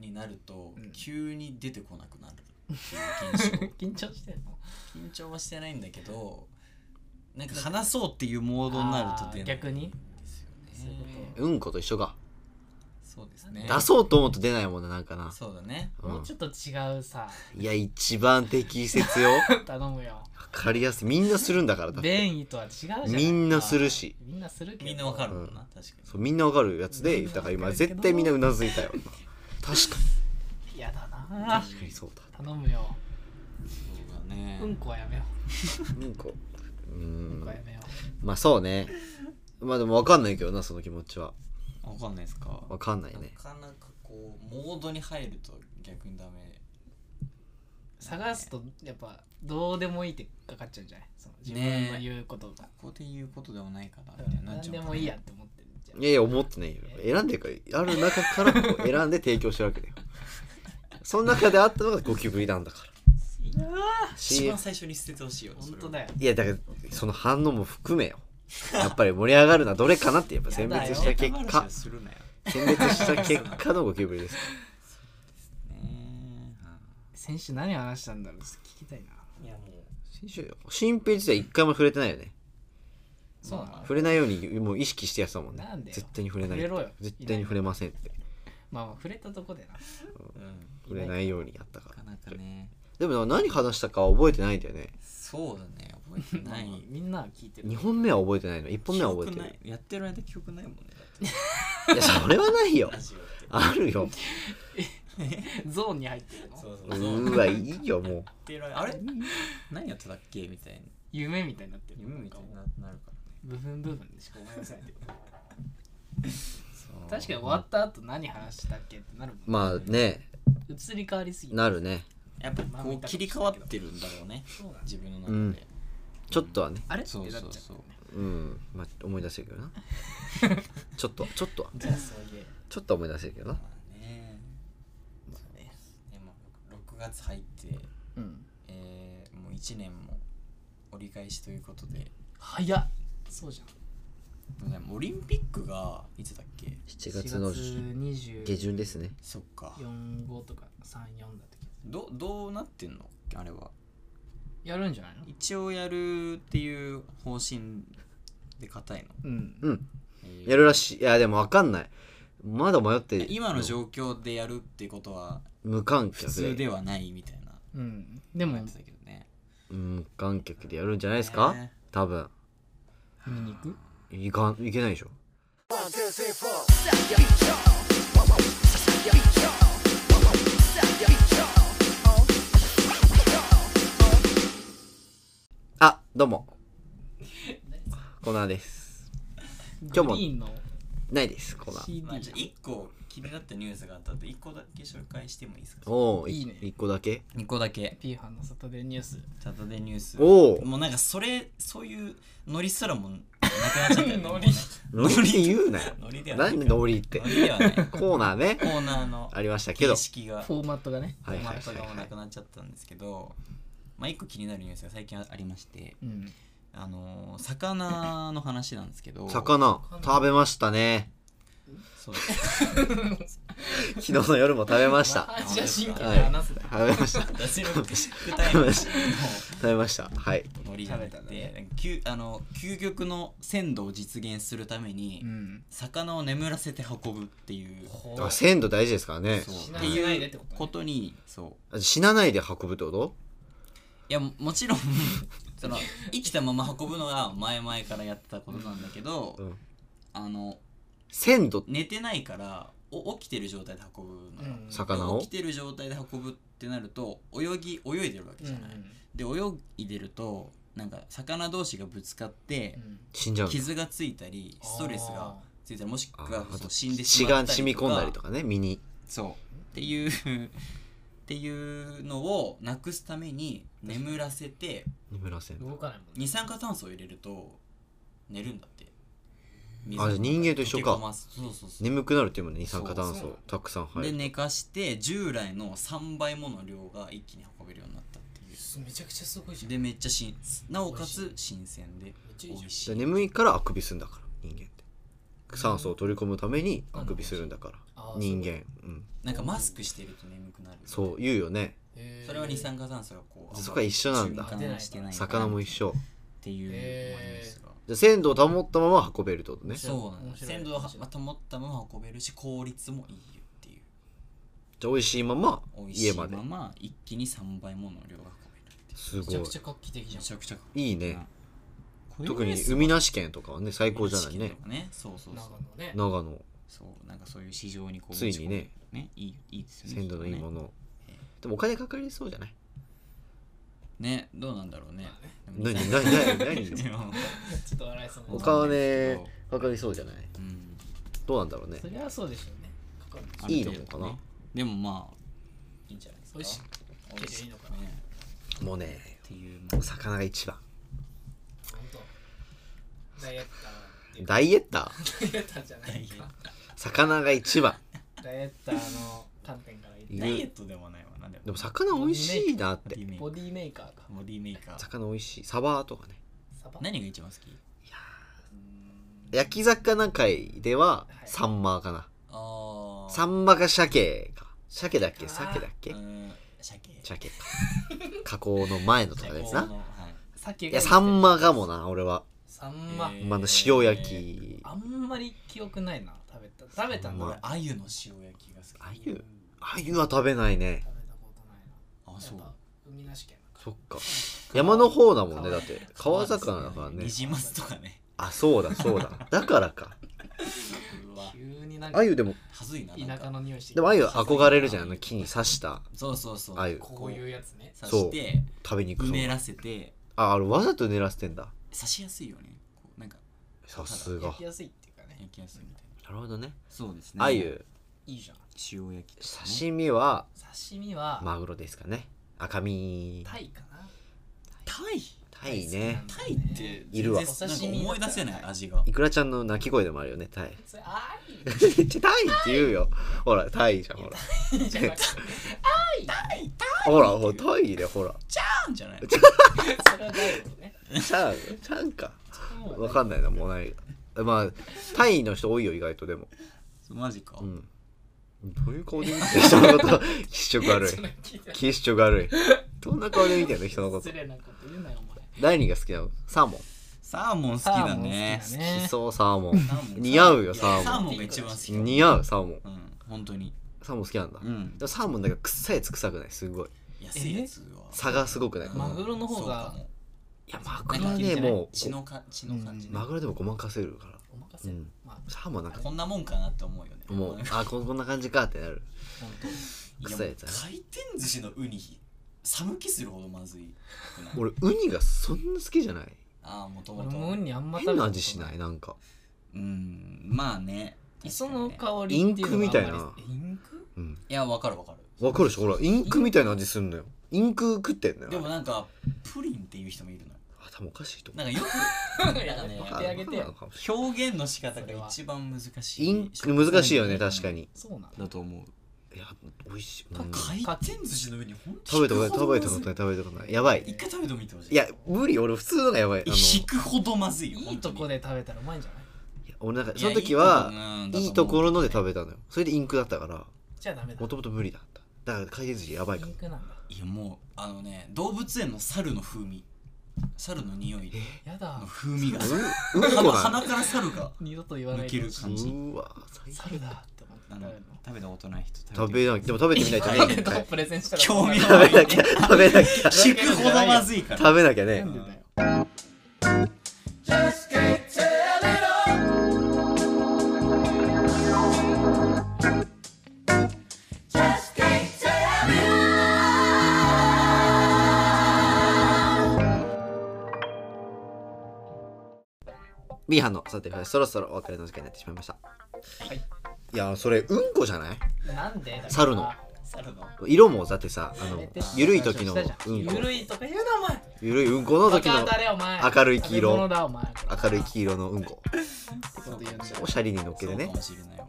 Speaker 3: になると
Speaker 1: うん
Speaker 3: 急に出てこなくなるっていう現
Speaker 1: 緊張してんの
Speaker 3: 象緊張はしてないんだけどなんか話そうっていうモードになると出ない
Speaker 1: あー逆に
Speaker 3: ですよね
Speaker 1: そういうこと
Speaker 2: うんこと一緒か
Speaker 3: そうですね
Speaker 2: 出そうと思うと出ないもんななんかな、
Speaker 3: そうだね
Speaker 2: う
Speaker 1: も
Speaker 2: ん
Speaker 1: う、ちょっと違うさ
Speaker 2: いや一番適切よわ
Speaker 1: 頼むよ
Speaker 2: かりやすいみんなするんだからだって
Speaker 1: 便意とは違うじゃない
Speaker 2: みんなするし
Speaker 1: みんなするけど
Speaker 3: みんなわかるもんな確か
Speaker 2: そうみんなわかるやつで言ったから今絶対みんなうなずいたよ確かに
Speaker 1: 嫌だな
Speaker 2: 確かにそうだ
Speaker 1: 頼むよ
Speaker 3: にそうだね
Speaker 1: うんこはやめよ
Speaker 2: うんこう
Speaker 1: ううん
Speaker 2: ん
Speaker 1: こはやめよ
Speaker 2: まあそうねまあでもわかんないけどなその気持ちは
Speaker 3: わかんないですか
Speaker 2: わかんないね
Speaker 3: なかなかこうモードに入ると逆にダメ
Speaker 1: う探すとやっぱどうでもいいってかかっちゃうんじゃないその自分の言うことが、
Speaker 3: ここで言うことでもないかな
Speaker 1: う
Speaker 3: みたいに
Speaker 1: ん
Speaker 3: なっ
Speaker 1: 何
Speaker 3: ちゃう
Speaker 1: で
Speaker 3: から
Speaker 1: もいいやって思ってるじゃん
Speaker 2: いやいや思ってないよ選んでるからある中からこう選んで提供してるわけだよその中であったのがゴキブリなんだから
Speaker 1: いや
Speaker 2: し
Speaker 3: 一番最初に捨ててほしいよ
Speaker 1: 本当だ
Speaker 3: よ
Speaker 1: よ
Speaker 2: いやだからその反応も含めよやっぱり盛り上がるのはどれかなってやっぱ選別した結果
Speaker 3: するなよ
Speaker 2: 選別した結果のゴキブリです
Speaker 3: ね
Speaker 1: 先週何話したんだろうちょっと聞きたいない
Speaker 3: やもう
Speaker 2: 先週よ新平自体一回も触れてないよね
Speaker 1: そうなの
Speaker 2: 触れないようにもう意識してやってたもんね
Speaker 1: なんでよ
Speaker 2: 絶対に触れない
Speaker 1: 触れろよ
Speaker 2: 絶対に触れませんって
Speaker 1: まあまあ触れたとこでな
Speaker 3: うん
Speaker 2: 触れないようにやったか
Speaker 3: なからなかね
Speaker 2: でも何話したかは覚えてないんだよね
Speaker 3: そうだね覚えて
Speaker 1: ま
Speaker 3: な
Speaker 1: あ
Speaker 3: い
Speaker 1: まあみんなは聞いてる
Speaker 2: 2本目は覚えてないの1本目は覚え
Speaker 3: 記
Speaker 2: て
Speaker 3: 憶
Speaker 2: る
Speaker 3: ないやってる間記憶ないもんねだって
Speaker 2: いやそれはないよ
Speaker 3: ラジオって
Speaker 2: あるよ
Speaker 1: ゾーンに入ってるの
Speaker 3: そうそううそう
Speaker 2: ーわいいよも
Speaker 3: やってる間あれ何やってたっけみたいな
Speaker 1: 夢みたいになってる
Speaker 3: 夢みたいにななるからね
Speaker 1: 部分部分でしか思いません確か
Speaker 3: そう
Speaker 1: に終わった後何話したっけってなるもん
Speaker 2: うまあね
Speaker 1: 移り変わりすぎて
Speaker 2: なるね
Speaker 3: やっぱこう切り替わってるんだろうね
Speaker 1: そうだね
Speaker 3: 自分の中で、
Speaker 2: うんちょっとはね
Speaker 1: あれって
Speaker 3: そう
Speaker 1: なっちゃ
Speaker 3: そううん
Speaker 1: だ
Speaker 3: そう
Speaker 1: よね
Speaker 2: うん、まあ、思い出せるけどなちょっとはちょっとは
Speaker 1: じゃあそういえ
Speaker 2: ちょっとは思い出せるけどな
Speaker 3: まあね
Speaker 1: まあね
Speaker 3: でも6月入って
Speaker 1: うん
Speaker 3: えーもう1年も折り返しということで
Speaker 1: 早っそうじゃん
Speaker 3: でもオリンピックがいつだっけ
Speaker 2: 7月の下
Speaker 1: 下
Speaker 2: 旬ですね
Speaker 3: そっか
Speaker 1: 4 5とか34だったけど
Speaker 3: どどうなってんのあれは
Speaker 1: やるんじゃないの
Speaker 3: 一応やるっていう方針で硬いの、
Speaker 1: うん
Speaker 2: うん
Speaker 3: えー
Speaker 2: やるらしいいやでも分かんないまだ迷ってる
Speaker 3: 今の状況でやるってことは
Speaker 2: 無観
Speaker 3: 普
Speaker 2: 客
Speaker 3: 通
Speaker 2: で
Speaker 3: ではないみたいな
Speaker 1: うんで
Speaker 3: 思
Speaker 1: も
Speaker 3: ってたけどね
Speaker 2: うん無観客でやるんじゃないですか、
Speaker 3: ね
Speaker 2: 多分
Speaker 1: 見に行く
Speaker 2: いかんいけないでしょあどうもコーナーです
Speaker 1: 今
Speaker 2: 日も
Speaker 1: グリーンの
Speaker 2: ないですコーナー
Speaker 1: CD
Speaker 3: まあ、じゃあ1個気になったニュースがあったんで1個だけ紹介してもいいですか
Speaker 2: おお
Speaker 1: いいね
Speaker 2: 1個だけ
Speaker 3: 2個だけ
Speaker 1: P 班のサタデーニュース
Speaker 3: サタデーニュース
Speaker 2: おー
Speaker 3: もうなんかそれそういうノリすらもなくなっちゃったよね
Speaker 1: ノリ
Speaker 3: もうね
Speaker 2: ノリって言うなよ
Speaker 3: ノリではない
Speaker 2: 何ノリって
Speaker 3: ノリではないコ
Speaker 2: コーナーね
Speaker 3: ーナーの
Speaker 2: ありましたけど
Speaker 3: 形式が
Speaker 1: フォーマットがね
Speaker 2: はいはい
Speaker 3: そ
Speaker 2: はい
Speaker 3: れも
Speaker 2: は
Speaker 3: ないくなっちゃったんですけどまあ一個気になるニュースが最近ありまして
Speaker 1: うん
Speaker 3: あのー魚の話なんですけど
Speaker 2: 魚食べましたね
Speaker 3: そう
Speaker 2: 昨日の夜も食べました
Speaker 1: 話は真剣に
Speaker 2: はい
Speaker 1: 話すな
Speaker 2: 食べました食
Speaker 3: 脱力タイムの
Speaker 2: べましたはい
Speaker 3: ノリじゃなく
Speaker 1: 食べた
Speaker 3: て、
Speaker 1: ね
Speaker 3: なんか究あの究極の鮮度を実現するために、
Speaker 1: うん
Speaker 3: 魚を眠らせて運ぶっていう
Speaker 1: ほ
Speaker 2: あ鮮度大事ですからね
Speaker 3: そう
Speaker 1: 死
Speaker 3: っ
Speaker 1: な
Speaker 3: て
Speaker 1: せないで
Speaker 3: い
Speaker 1: って
Speaker 3: う
Speaker 1: ことね
Speaker 3: ことにそう
Speaker 2: あ死なないで運ぶってこと
Speaker 3: いやももちろん その生きたまま運ぶのが前々からやってたことなんだけど、
Speaker 2: うん
Speaker 3: あの
Speaker 2: 鮮度
Speaker 3: 寝てないからお起きてる状態で運ぶのよ、
Speaker 1: うん
Speaker 2: 魚
Speaker 3: で
Speaker 2: を
Speaker 3: 起きてる状態で運ぶってなると泳ぎ泳いでるわけじゃない、
Speaker 1: うん
Speaker 3: で泳いでるとなんか魚同士がぶつかっ
Speaker 1: う、
Speaker 3: て
Speaker 1: ん
Speaker 2: 死んじゃうんだ
Speaker 3: 傷がついたりストレスがついたりもしく
Speaker 2: あ
Speaker 3: は
Speaker 2: あ
Speaker 3: そ
Speaker 2: と
Speaker 3: う死んでし
Speaker 2: 血
Speaker 3: ま
Speaker 2: が
Speaker 3: ったりとか
Speaker 2: 染み込んだりとかね身に
Speaker 3: そうっていうっていうのをなくすために眠らせて
Speaker 2: 眠らせん
Speaker 1: 動かないもんね
Speaker 3: 二酸化炭素を入れると寝るんだって水
Speaker 2: あじゃあ人間と一緒か
Speaker 3: 溶け込ますそうそうそう
Speaker 2: 眠くなるっていうもんね二酸化炭
Speaker 3: そう
Speaker 2: 素
Speaker 3: そう
Speaker 2: たくさん入
Speaker 3: で
Speaker 2: る
Speaker 3: 寝かして従来の3倍もの量が一気に運べるようになったっていう
Speaker 1: すめちゃくちゃすごいじゃん
Speaker 3: でめっちゃしんなおか
Speaker 1: 美
Speaker 3: つ新鮮で
Speaker 1: めっちゃい
Speaker 3: 美
Speaker 1: いじゃん
Speaker 3: 味しい
Speaker 2: 眠いからあくびするんだから人間って酸素を取り込むためにあくびするんだから
Speaker 1: あー
Speaker 2: 人間うん
Speaker 3: なんかマスクしてると眠くなる
Speaker 2: そう言うよね
Speaker 1: へー
Speaker 3: それは二酸化炭素がこう
Speaker 2: そこは一緒なんだ
Speaker 3: 循環してないから
Speaker 2: 魚も一
Speaker 3: っ
Speaker 2: 緒
Speaker 3: ていうのもありますが
Speaker 2: じゃあ鮮度を保ったまま運べるってことねじゃ
Speaker 3: そうなんだ
Speaker 1: 面白い
Speaker 3: 鮮度をは保ったまま運べるし効率もいいよっていう
Speaker 2: あ美味しいまま
Speaker 3: 美味し
Speaker 2: 家
Speaker 3: い
Speaker 2: ま
Speaker 3: ま
Speaker 2: で
Speaker 3: ま一気に3倍もの量が運べるってい
Speaker 2: す
Speaker 1: め
Speaker 2: ご
Speaker 1: ちゃ
Speaker 2: い
Speaker 1: くちゃ画期的
Speaker 3: う
Speaker 1: じゃ
Speaker 3: め
Speaker 1: ん
Speaker 3: ちゃくちゃ
Speaker 2: いいね
Speaker 3: これ
Speaker 2: 特に
Speaker 3: ね
Speaker 2: 海なし県とかはね最高じゃないね
Speaker 3: そうそう
Speaker 1: 長
Speaker 3: そう
Speaker 1: 野ね
Speaker 2: 長野
Speaker 3: そうなんかそういう市場にこう
Speaker 2: ついにね
Speaker 3: ねいいいいですよね
Speaker 2: 鮮度のいいも
Speaker 3: ね
Speaker 2: のでもお金かかりそうじゃない
Speaker 3: ねどうなんだろうね
Speaker 2: 何何何 何
Speaker 3: でも
Speaker 1: ちょっと笑いそう
Speaker 2: お
Speaker 1: にな
Speaker 2: 金はねかかりそうじゃない
Speaker 3: うん
Speaker 2: どうなんだろうね
Speaker 1: そりゃそうでしょうねかかるでしょ
Speaker 2: いいのかな
Speaker 3: ある程度ねでもまあいいんじゃないですか
Speaker 1: 美味しい
Speaker 3: 美味し
Speaker 1: いいのかな
Speaker 3: ね
Speaker 2: もうね
Speaker 3: っていうまあ
Speaker 2: お魚が一番
Speaker 1: 本当ダイエッター
Speaker 2: ダイエッター
Speaker 1: ダイエッターじゃないか
Speaker 2: 魚が一番
Speaker 1: ダイエッターの観点から言って
Speaker 3: ダイエットでもないわなで
Speaker 2: でも魚美味しいなっ
Speaker 3: ボデ
Speaker 2: て
Speaker 3: ィメイ
Speaker 1: ボ
Speaker 3: ク
Speaker 1: ディメーカーか
Speaker 3: ボディメイカー
Speaker 2: 魚美味しいサバとかね
Speaker 1: サバ
Speaker 3: 何が一番好き
Speaker 2: 焼き魚界では
Speaker 1: はい
Speaker 2: サンマかな
Speaker 3: ああ
Speaker 2: サンマか鮭か鮭だっけ鮭だっけ
Speaker 3: うん鮭
Speaker 2: 鮭か加工の前のとかのやつ
Speaker 3: 鮭
Speaker 2: な
Speaker 3: のはい
Speaker 1: 鮭
Speaker 2: い
Speaker 1: が
Speaker 2: や
Speaker 1: いい
Speaker 2: サンマかもな俺は
Speaker 1: サンマ
Speaker 3: えー
Speaker 2: まあの塩焼き
Speaker 1: あんまり記憶ないな食べた食べたんだ
Speaker 2: サン
Speaker 1: 俺
Speaker 2: マ
Speaker 1: 食
Speaker 3: 鮎の塩焼きが好き
Speaker 2: あゆあゆは食べないね
Speaker 1: べたことないな
Speaker 3: あ
Speaker 1: や
Speaker 3: そ
Speaker 1: っ
Speaker 3: う
Speaker 1: ぱ海なし県だか
Speaker 2: そっか山の方だもんねだって川魚だからね
Speaker 3: ニジマスとかね
Speaker 2: あそうだそう だだからか
Speaker 3: うわ
Speaker 1: ら急になんか
Speaker 2: あゆでも
Speaker 3: はずいななん
Speaker 1: 田舎
Speaker 3: か
Speaker 1: の匂いしてき
Speaker 2: で
Speaker 1: た
Speaker 2: もあゆ憧れるじゃんあの木に刺した
Speaker 3: そうそうそう
Speaker 2: 鮎
Speaker 1: こういうやつね
Speaker 3: 刺
Speaker 2: そう
Speaker 3: して
Speaker 2: 食べに行く
Speaker 3: う
Speaker 2: ぞ
Speaker 3: ねらせて
Speaker 2: ああれわざと狙らせてんだ
Speaker 3: 刺しやすいよねこうなんか
Speaker 2: さすが
Speaker 1: 焼きやすいっていうかね
Speaker 3: 焼きやすいみたい
Speaker 2: な
Speaker 3: な
Speaker 2: るほどね
Speaker 3: そうですね
Speaker 2: あゆ
Speaker 1: いいじゃん
Speaker 3: 塩焼きとかね
Speaker 2: 刺身は
Speaker 1: 刺身は、
Speaker 2: マグロですかね赤身
Speaker 1: タイかな
Speaker 3: タイ
Speaker 2: タイね
Speaker 3: タイって
Speaker 2: いるわ
Speaker 3: 全然なんか思い出せない味が
Speaker 2: いくらちゃんの鳴き声でもあるよねタイ
Speaker 1: それあ
Speaker 2: ちょタイって言うよほらタイじゃんほら
Speaker 1: ーいいじゃなくて
Speaker 2: ほらほらタイでほら
Speaker 3: なんじゃない
Speaker 1: それはダイエットね
Speaker 2: ちゃんちゃんか
Speaker 1: もう
Speaker 2: わかんないなもうないまあタイの人多いよ意外とでも
Speaker 3: マジか
Speaker 2: うんどういう顔で見てる人のこと気色悪い
Speaker 1: そんな聞いてない
Speaker 2: 気色悪いどんな顔で見てるの人のこと
Speaker 1: 失礼なこと言うなよお前
Speaker 2: 何が好きなのサーモン
Speaker 3: サーモン好きだね
Speaker 1: サーモン好きだね
Speaker 2: きそうサーモン
Speaker 3: サーモン
Speaker 2: 似合うよ
Speaker 3: いや
Speaker 2: サーモン
Speaker 3: サーモンが一番好き
Speaker 2: 似合うサーモン
Speaker 3: うん本当に
Speaker 2: サーモン好きなんだ、
Speaker 3: うん
Speaker 2: でもサーモンだけど臭いやつ臭くないすごい
Speaker 3: 安いやつは
Speaker 2: 差がすごくない、
Speaker 3: うん
Speaker 1: マグロの方が
Speaker 3: そうかも
Speaker 2: いやマグロはねも
Speaker 3: 血
Speaker 2: う
Speaker 3: のか血の感じね
Speaker 2: マグロでもごまかせるから
Speaker 1: お任せ、
Speaker 2: うん
Speaker 1: まあ
Speaker 2: サーモンなんか
Speaker 3: こんなもんかなって思うよね
Speaker 2: もうあこんこんな感じかってなる
Speaker 1: 本当
Speaker 3: いや
Speaker 2: 臭いやつだね
Speaker 3: 回転寿司のウニ寒気するほどまずいくない
Speaker 2: 俺ウニがそんな好きじゃない
Speaker 3: ああもとも
Speaker 1: 俺
Speaker 3: と
Speaker 1: もウニあんま食べ
Speaker 2: 変
Speaker 1: たこと
Speaker 2: な味しないなんか
Speaker 3: うんまあね
Speaker 1: 磯の
Speaker 3: 確かにね
Speaker 1: 香りっていうのがあんまり
Speaker 2: インクみたいな
Speaker 1: えインク
Speaker 2: うん
Speaker 3: いやわかるわかる
Speaker 2: わかるでしょほらインクみたいな味すんのよインク食ってんのよ
Speaker 3: でも
Speaker 2: あれ
Speaker 3: なんかプリンっていう人もいるのよ
Speaker 2: 頭おかしいと思
Speaker 3: なんかよ
Speaker 1: いや
Speaker 3: ね
Speaker 1: 言
Speaker 2: う
Speaker 1: ってあげて
Speaker 2: あわ
Speaker 1: よ
Speaker 2: かんない
Speaker 3: く表現の仕方が一番難しい
Speaker 2: インク難しいよね確かに
Speaker 1: そうなの
Speaker 3: だと思う
Speaker 2: いや美味しい、うん
Speaker 3: 回転寿司の上に本当
Speaker 2: 食べたことない食べたことない食べたことないやばい
Speaker 3: 一回食べてみてほしい
Speaker 2: いや無理俺普通のがやばいあの
Speaker 3: 引くほどまずいよ
Speaker 1: いいとこで食べたらうまいんじゃない
Speaker 2: 俺なんか
Speaker 3: い
Speaker 2: そ
Speaker 3: や
Speaker 2: の時は
Speaker 3: うんだと思う
Speaker 2: いいところので食べたのよそれでインクだったから
Speaker 1: じゃあダメだ
Speaker 2: もともと無理だっただから回転寿司やばいか
Speaker 1: イン
Speaker 2: も
Speaker 1: クなんだ
Speaker 3: いやもうあのね動物園の猿の風味猿の匂い
Speaker 1: やだ
Speaker 3: の風味が
Speaker 2: ううんこな
Speaker 3: 鼻鼻
Speaker 2: の
Speaker 3: から猿が
Speaker 1: 二度と言わない
Speaker 3: 抜ける
Speaker 1: でほし
Speaker 3: 感じ
Speaker 2: うわ最
Speaker 1: い
Speaker 2: 悪
Speaker 1: 猿だって思って食べ
Speaker 3: あの
Speaker 1: るの
Speaker 3: 食べたことない人
Speaker 2: 食
Speaker 3: べ
Speaker 2: べなきゃでも食べてみないとね一
Speaker 1: 食べたを
Speaker 2: 回
Speaker 1: プレゼンしたら
Speaker 3: 興味
Speaker 1: な
Speaker 3: ないいね
Speaker 2: 食べなきゃ
Speaker 3: 引くほどまずいから
Speaker 2: 食べなきゃね
Speaker 1: んでだよ
Speaker 2: ミーハンのさてそろそろお別れの時間になってしまいました
Speaker 1: い
Speaker 2: いやそれうんこじゃない
Speaker 1: なんでだから
Speaker 2: 猿の
Speaker 3: 猿の
Speaker 2: 色もだってさあの
Speaker 1: やめて
Speaker 2: ゆるい時のうん
Speaker 1: ゆ
Speaker 2: こ
Speaker 1: るいとか言うなお前
Speaker 2: ゆるいうんこの時の
Speaker 1: バカ当たれお前
Speaker 2: 明るい黄色
Speaker 1: 食べ物だお前
Speaker 2: 明るい黄色のうんこ
Speaker 1: こと言うんだよ
Speaker 2: おしゃれに乗っけて
Speaker 3: そう
Speaker 2: ね
Speaker 3: かもしれないわ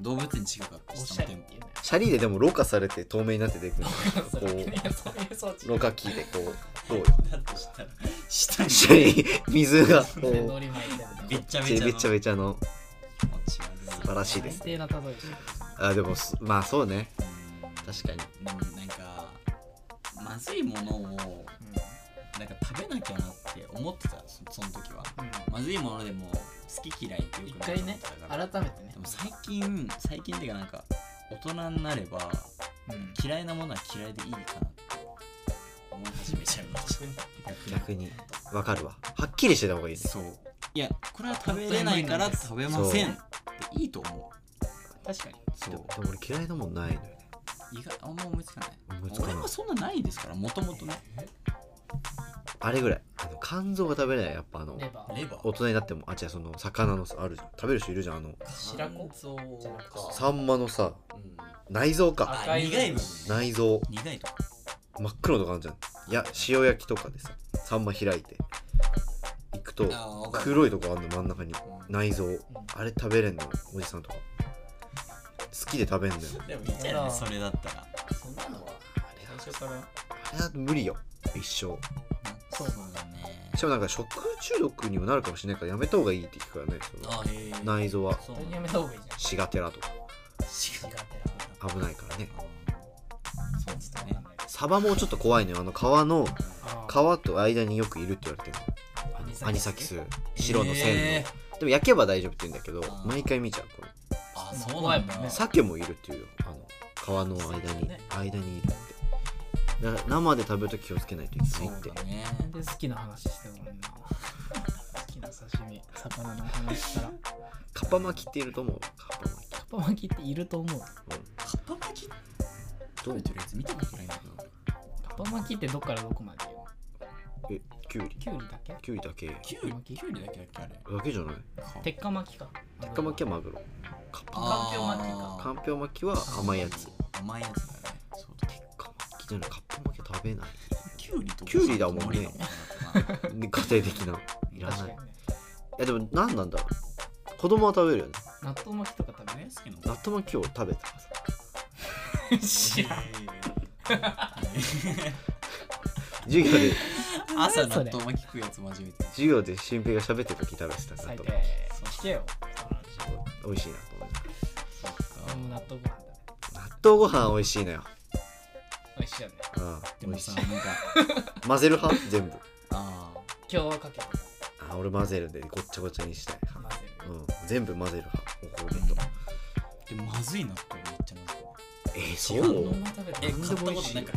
Speaker 3: 動物園近かった
Speaker 1: おし
Speaker 3: 下
Speaker 1: ゃ
Speaker 3: の
Speaker 1: れっ
Speaker 3: 店
Speaker 1: ていうね
Speaker 2: シャリででもろ過されて透明になって出てくる
Speaker 1: そう
Speaker 2: こ
Speaker 1: いう
Speaker 2: う
Speaker 1: 装置
Speaker 2: ろ過器でこうど うよ
Speaker 3: 舗だとしたら下に
Speaker 2: 下に水がこ
Speaker 1: ねの
Speaker 2: う
Speaker 1: り巻いてある
Speaker 3: べっちゃ
Speaker 2: べ
Speaker 3: べちゃの
Speaker 2: ちゃべちゃの
Speaker 3: 気持ち悪い
Speaker 2: 素晴らしいです
Speaker 1: 最低な例え
Speaker 2: あでもすまあそうね確かに
Speaker 3: うんなんかまずいものをなんか食べなきゃなって思ってたそその時は
Speaker 1: うんうん
Speaker 3: まずいものでも好き嫌いってよ
Speaker 1: 一
Speaker 3: くない
Speaker 1: 回ね
Speaker 3: と思ったか
Speaker 1: 改
Speaker 3: ら
Speaker 1: めてね
Speaker 3: でも最近最近っていうかなんか大人になれば
Speaker 1: うん
Speaker 3: 嫌いなものは嫌いでいいかなって思い始めちゃいました
Speaker 2: 逆にわかるわはっきりしてた方がいいです
Speaker 3: そういやこれは食べれないから食べません
Speaker 2: そ
Speaker 3: でいいと思
Speaker 1: 確かに
Speaker 3: うそ
Speaker 2: でも
Speaker 3: う
Speaker 2: でも俺嫌いなもんないのよね
Speaker 3: 意外あんま思いつかない
Speaker 2: 思いつかな
Speaker 3: 俺
Speaker 2: い
Speaker 3: もそんなないですからもともとね
Speaker 2: あれぐらいあの肝臓が食べれないやっぱあの
Speaker 1: レバー
Speaker 3: レバ
Speaker 2: 大人になってもあ違うその魚のさあるじゃん食べる人いるじゃんあの
Speaker 1: 白子
Speaker 3: そう
Speaker 1: じゃなくて
Speaker 3: か、
Speaker 2: サンマのさ
Speaker 3: うん、
Speaker 2: 内臓
Speaker 1: あ
Speaker 2: か
Speaker 3: あ苦い部分ね
Speaker 2: 内臓
Speaker 3: 苦いとか
Speaker 2: 真っ黒のとかあるじゃんいや塩焼きとかでさサンマ開いていくと
Speaker 3: あわかる
Speaker 2: 黒いとこあんの真ん中に
Speaker 3: うん
Speaker 2: 内臓あれ食べれんのおじさんとか好きで食べんのよ
Speaker 3: でもいいじゃないそれだったら
Speaker 1: そんなのは最初から
Speaker 2: あれは無理よ一生
Speaker 3: そうだね
Speaker 2: しかもなんか食中毒にもなるかもしれないからやめた方がいいって聞くからねその
Speaker 3: あへえ
Speaker 2: 内臓は
Speaker 3: そう
Speaker 1: 本当にやめた方がいいじゃん
Speaker 2: シガテラとか
Speaker 3: 違う
Speaker 1: 苦手
Speaker 2: 危ないからね
Speaker 3: そうですね
Speaker 2: サバもちょっと怖いのよあの皮の
Speaker 1: な
Speaker 2: 皮と間によくいるって言われてる
Speaker 1: 皮
Speaker 2: アニサキス白の線の、
Speaker 3: え
Speaker 2: でも焼けば大丈夫って言うんだけど
Speaker 3: ー
Speaker 2: 毎回見ちゃうこ
Speaker 3: あそうなんだ
Speaker 1: 怖いもんね
Speaker 2: れ鮭もいるっていうよあの皮の間に、間にいるってだから生で食べると気をつけないといけ
Speaker 3: そ
Speaker 2: ないっ
Speaker 3: う
Speaker 2: て
Speaker 3: だね
Speaker 1: なんで好きな話してもんな好きな刺身魚の話 からカ
Speaker 2: カッパ巻きっていると思うカッパ巻き
Speaker 1: ッパ巻きっていると思う
Speaker 3: カッパ巻き
Speaker 2: ど
Speaker 3: 食
Speaker 2: う
Speaker 3: べてるやつ見たことないんだけど
Speaker 1: カッパ巻きってどっからどこまでよ
Speaker 2: えきゅうり
Speaker 1: キュウリだけ
Speaker 2: きゅうりだけだ
Speaker 3: キュウリキュウリだけだっけあれ
Speaker 2: けじゃない
Speaker 1: 鉄火巻きか
Speaker 2: 鉄火巻きはマグロカッパ
Speaker 1: あかんぴょう巻きか
Speaker 2: かんぴょう巻きは甘いやつ
Speaker 3: 甘いやつだねそうだ
Speaker 2: 鉄火巻きじゃないカッパ巻きは食べない
Speaker 3: キュウリと
Speaker 2: キュウリだもんね
Speaker 3: 海苔だもんな
Speaker 2: で家庭的ないら
Speaker 1: 確
Speaker 2: な
Speaker 1: か
Speaker 2: い
Speaker 1: にね
Speaker 2: いやでも何なんだろう子供は食べるよね
Speaker 1: 納豆巻きとか食べ
Speaker 3: 大好きなの
Speaker 2: 納豆巻きを食べたからさ
Speaker 1: ない知らん
Speaker 2: 授業で
Speaker 3: 朝
Speaker 1: そ
Speaker 3: 納
Speaker 1: れ
Speaker 3: 豆巻き食うやつ初めて
Speaker 2: 授業で新平が喋ってた時食べてた納
Speaker 1: 最低
Speaker 2: 豆
Speaker 1: 聞けよ
Speaker 2: 美味しいなと思います
Speaker 3: そっ
Speaker 1: 俺も
Speaker 3: か
Speaker 1: 納豆ご飯だね
Speaker 2: 納豆ご飯美味しいのよ、
Speaker 1: 美味しいよね
Speaker 2: うん、
Speaker 3: で
Speaker 2: 美
Speaker 3: も
Speaker 2: 味し
Speaker 3: さ
Speaker 2: い
Speaker 3: なんか
Speaker 2: 混ぜる派全部
Speaker 3: ああ
Speaker 1: 今日はかけて
Speaker 2: あ俺混ぜるんでごっちゃごちゃにしたい
Speaker 1: 混
Speaker 2: 派、
Speaker 1: ぜる
Speaker 2: うん、全部混ぜる派おこ弁当
Speaker 3: でもまずい納豆めっちゃまずい
Speaker 2: えー、
Speaker 3: 違
Speaker 2: そうう
Speaker 3: の
Speaker 1: 何食べる
Speaker 3: え
Speaker 2: なん
Speaker 3: 買
Speaker 2: で
Speaker 3: った
Speaker 2: も美
Speaker 3: こ
Speaker 2: 味
Speaker 3: と
Speaker 2: しい
Speaker 3: なんか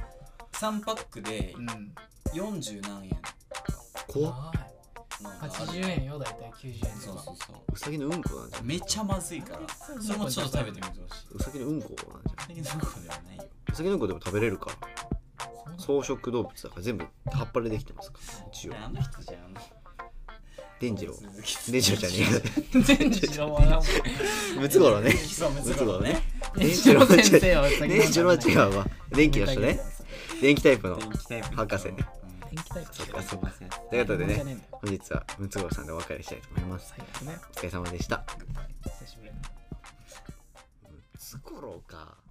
Speaker 3: 3パックで
Speaker 1: うん
Speaker 3: 40何円
Speaker 2: 怖っ
Speaker 1: はい
Speaker 3: のがある
Speaker 1: 80円よ大体90円
Speaker 3: そう
Speaker 1: とか
Speaker 3: そうそう
Speaker 2: うさぎのうんこなんじゃん
Speaker 3: めちゃまずいからそれもちょっと食べてみてほしいう
Speaker 2: さぎのうんこなんじゃ
Speaker 3: だけどそうではないよ
Speaker 2: んうさぎのうんこでも食べれるか
Speaker 1: そう
Speaker 2: 草食動物だから全部葉っぱでできてますから一応
Speaker 3: あの人じゃんあの
Speaker 2: でんじろう
Speaker 3: 鈴木
Speaker 2: でんじろうじゃね
Speaker 1: 全治郎は
Speaker 2: えムツゴロウね
Speaker 3: そうムツゴロウね
Speaker 2: でん
Speaker 1: 全
Speaker 2: じ
Speaker 1: 治
Speaker 2: ろう
Speaker 1: 郎
Speaker 2: は違う
Speaker 1: 先生は先
Speaker 2: 電池のは違うわ電気の人ね電気タイプの
Speaker 3: 電気タイプ
Speaker 2: 博士ね
Speaker 1: 電気タイプ
Speaker 2: そうかそう
Speaker 3: か
Speaker 2: か
Speaker 3: すい
Speaker 2: ということで
Speaker 1: じゃ
Speaker 2: ね
Speaker 1: ねえんだよ
Speaker 2: 本日はムツゴロウさんでお別れしたいと思います
Speaker 1: 最悪ね
Speaker 2: お疲れ様でした
Speaker 1: 久しぶり
Speaker 2: ムツゴロウか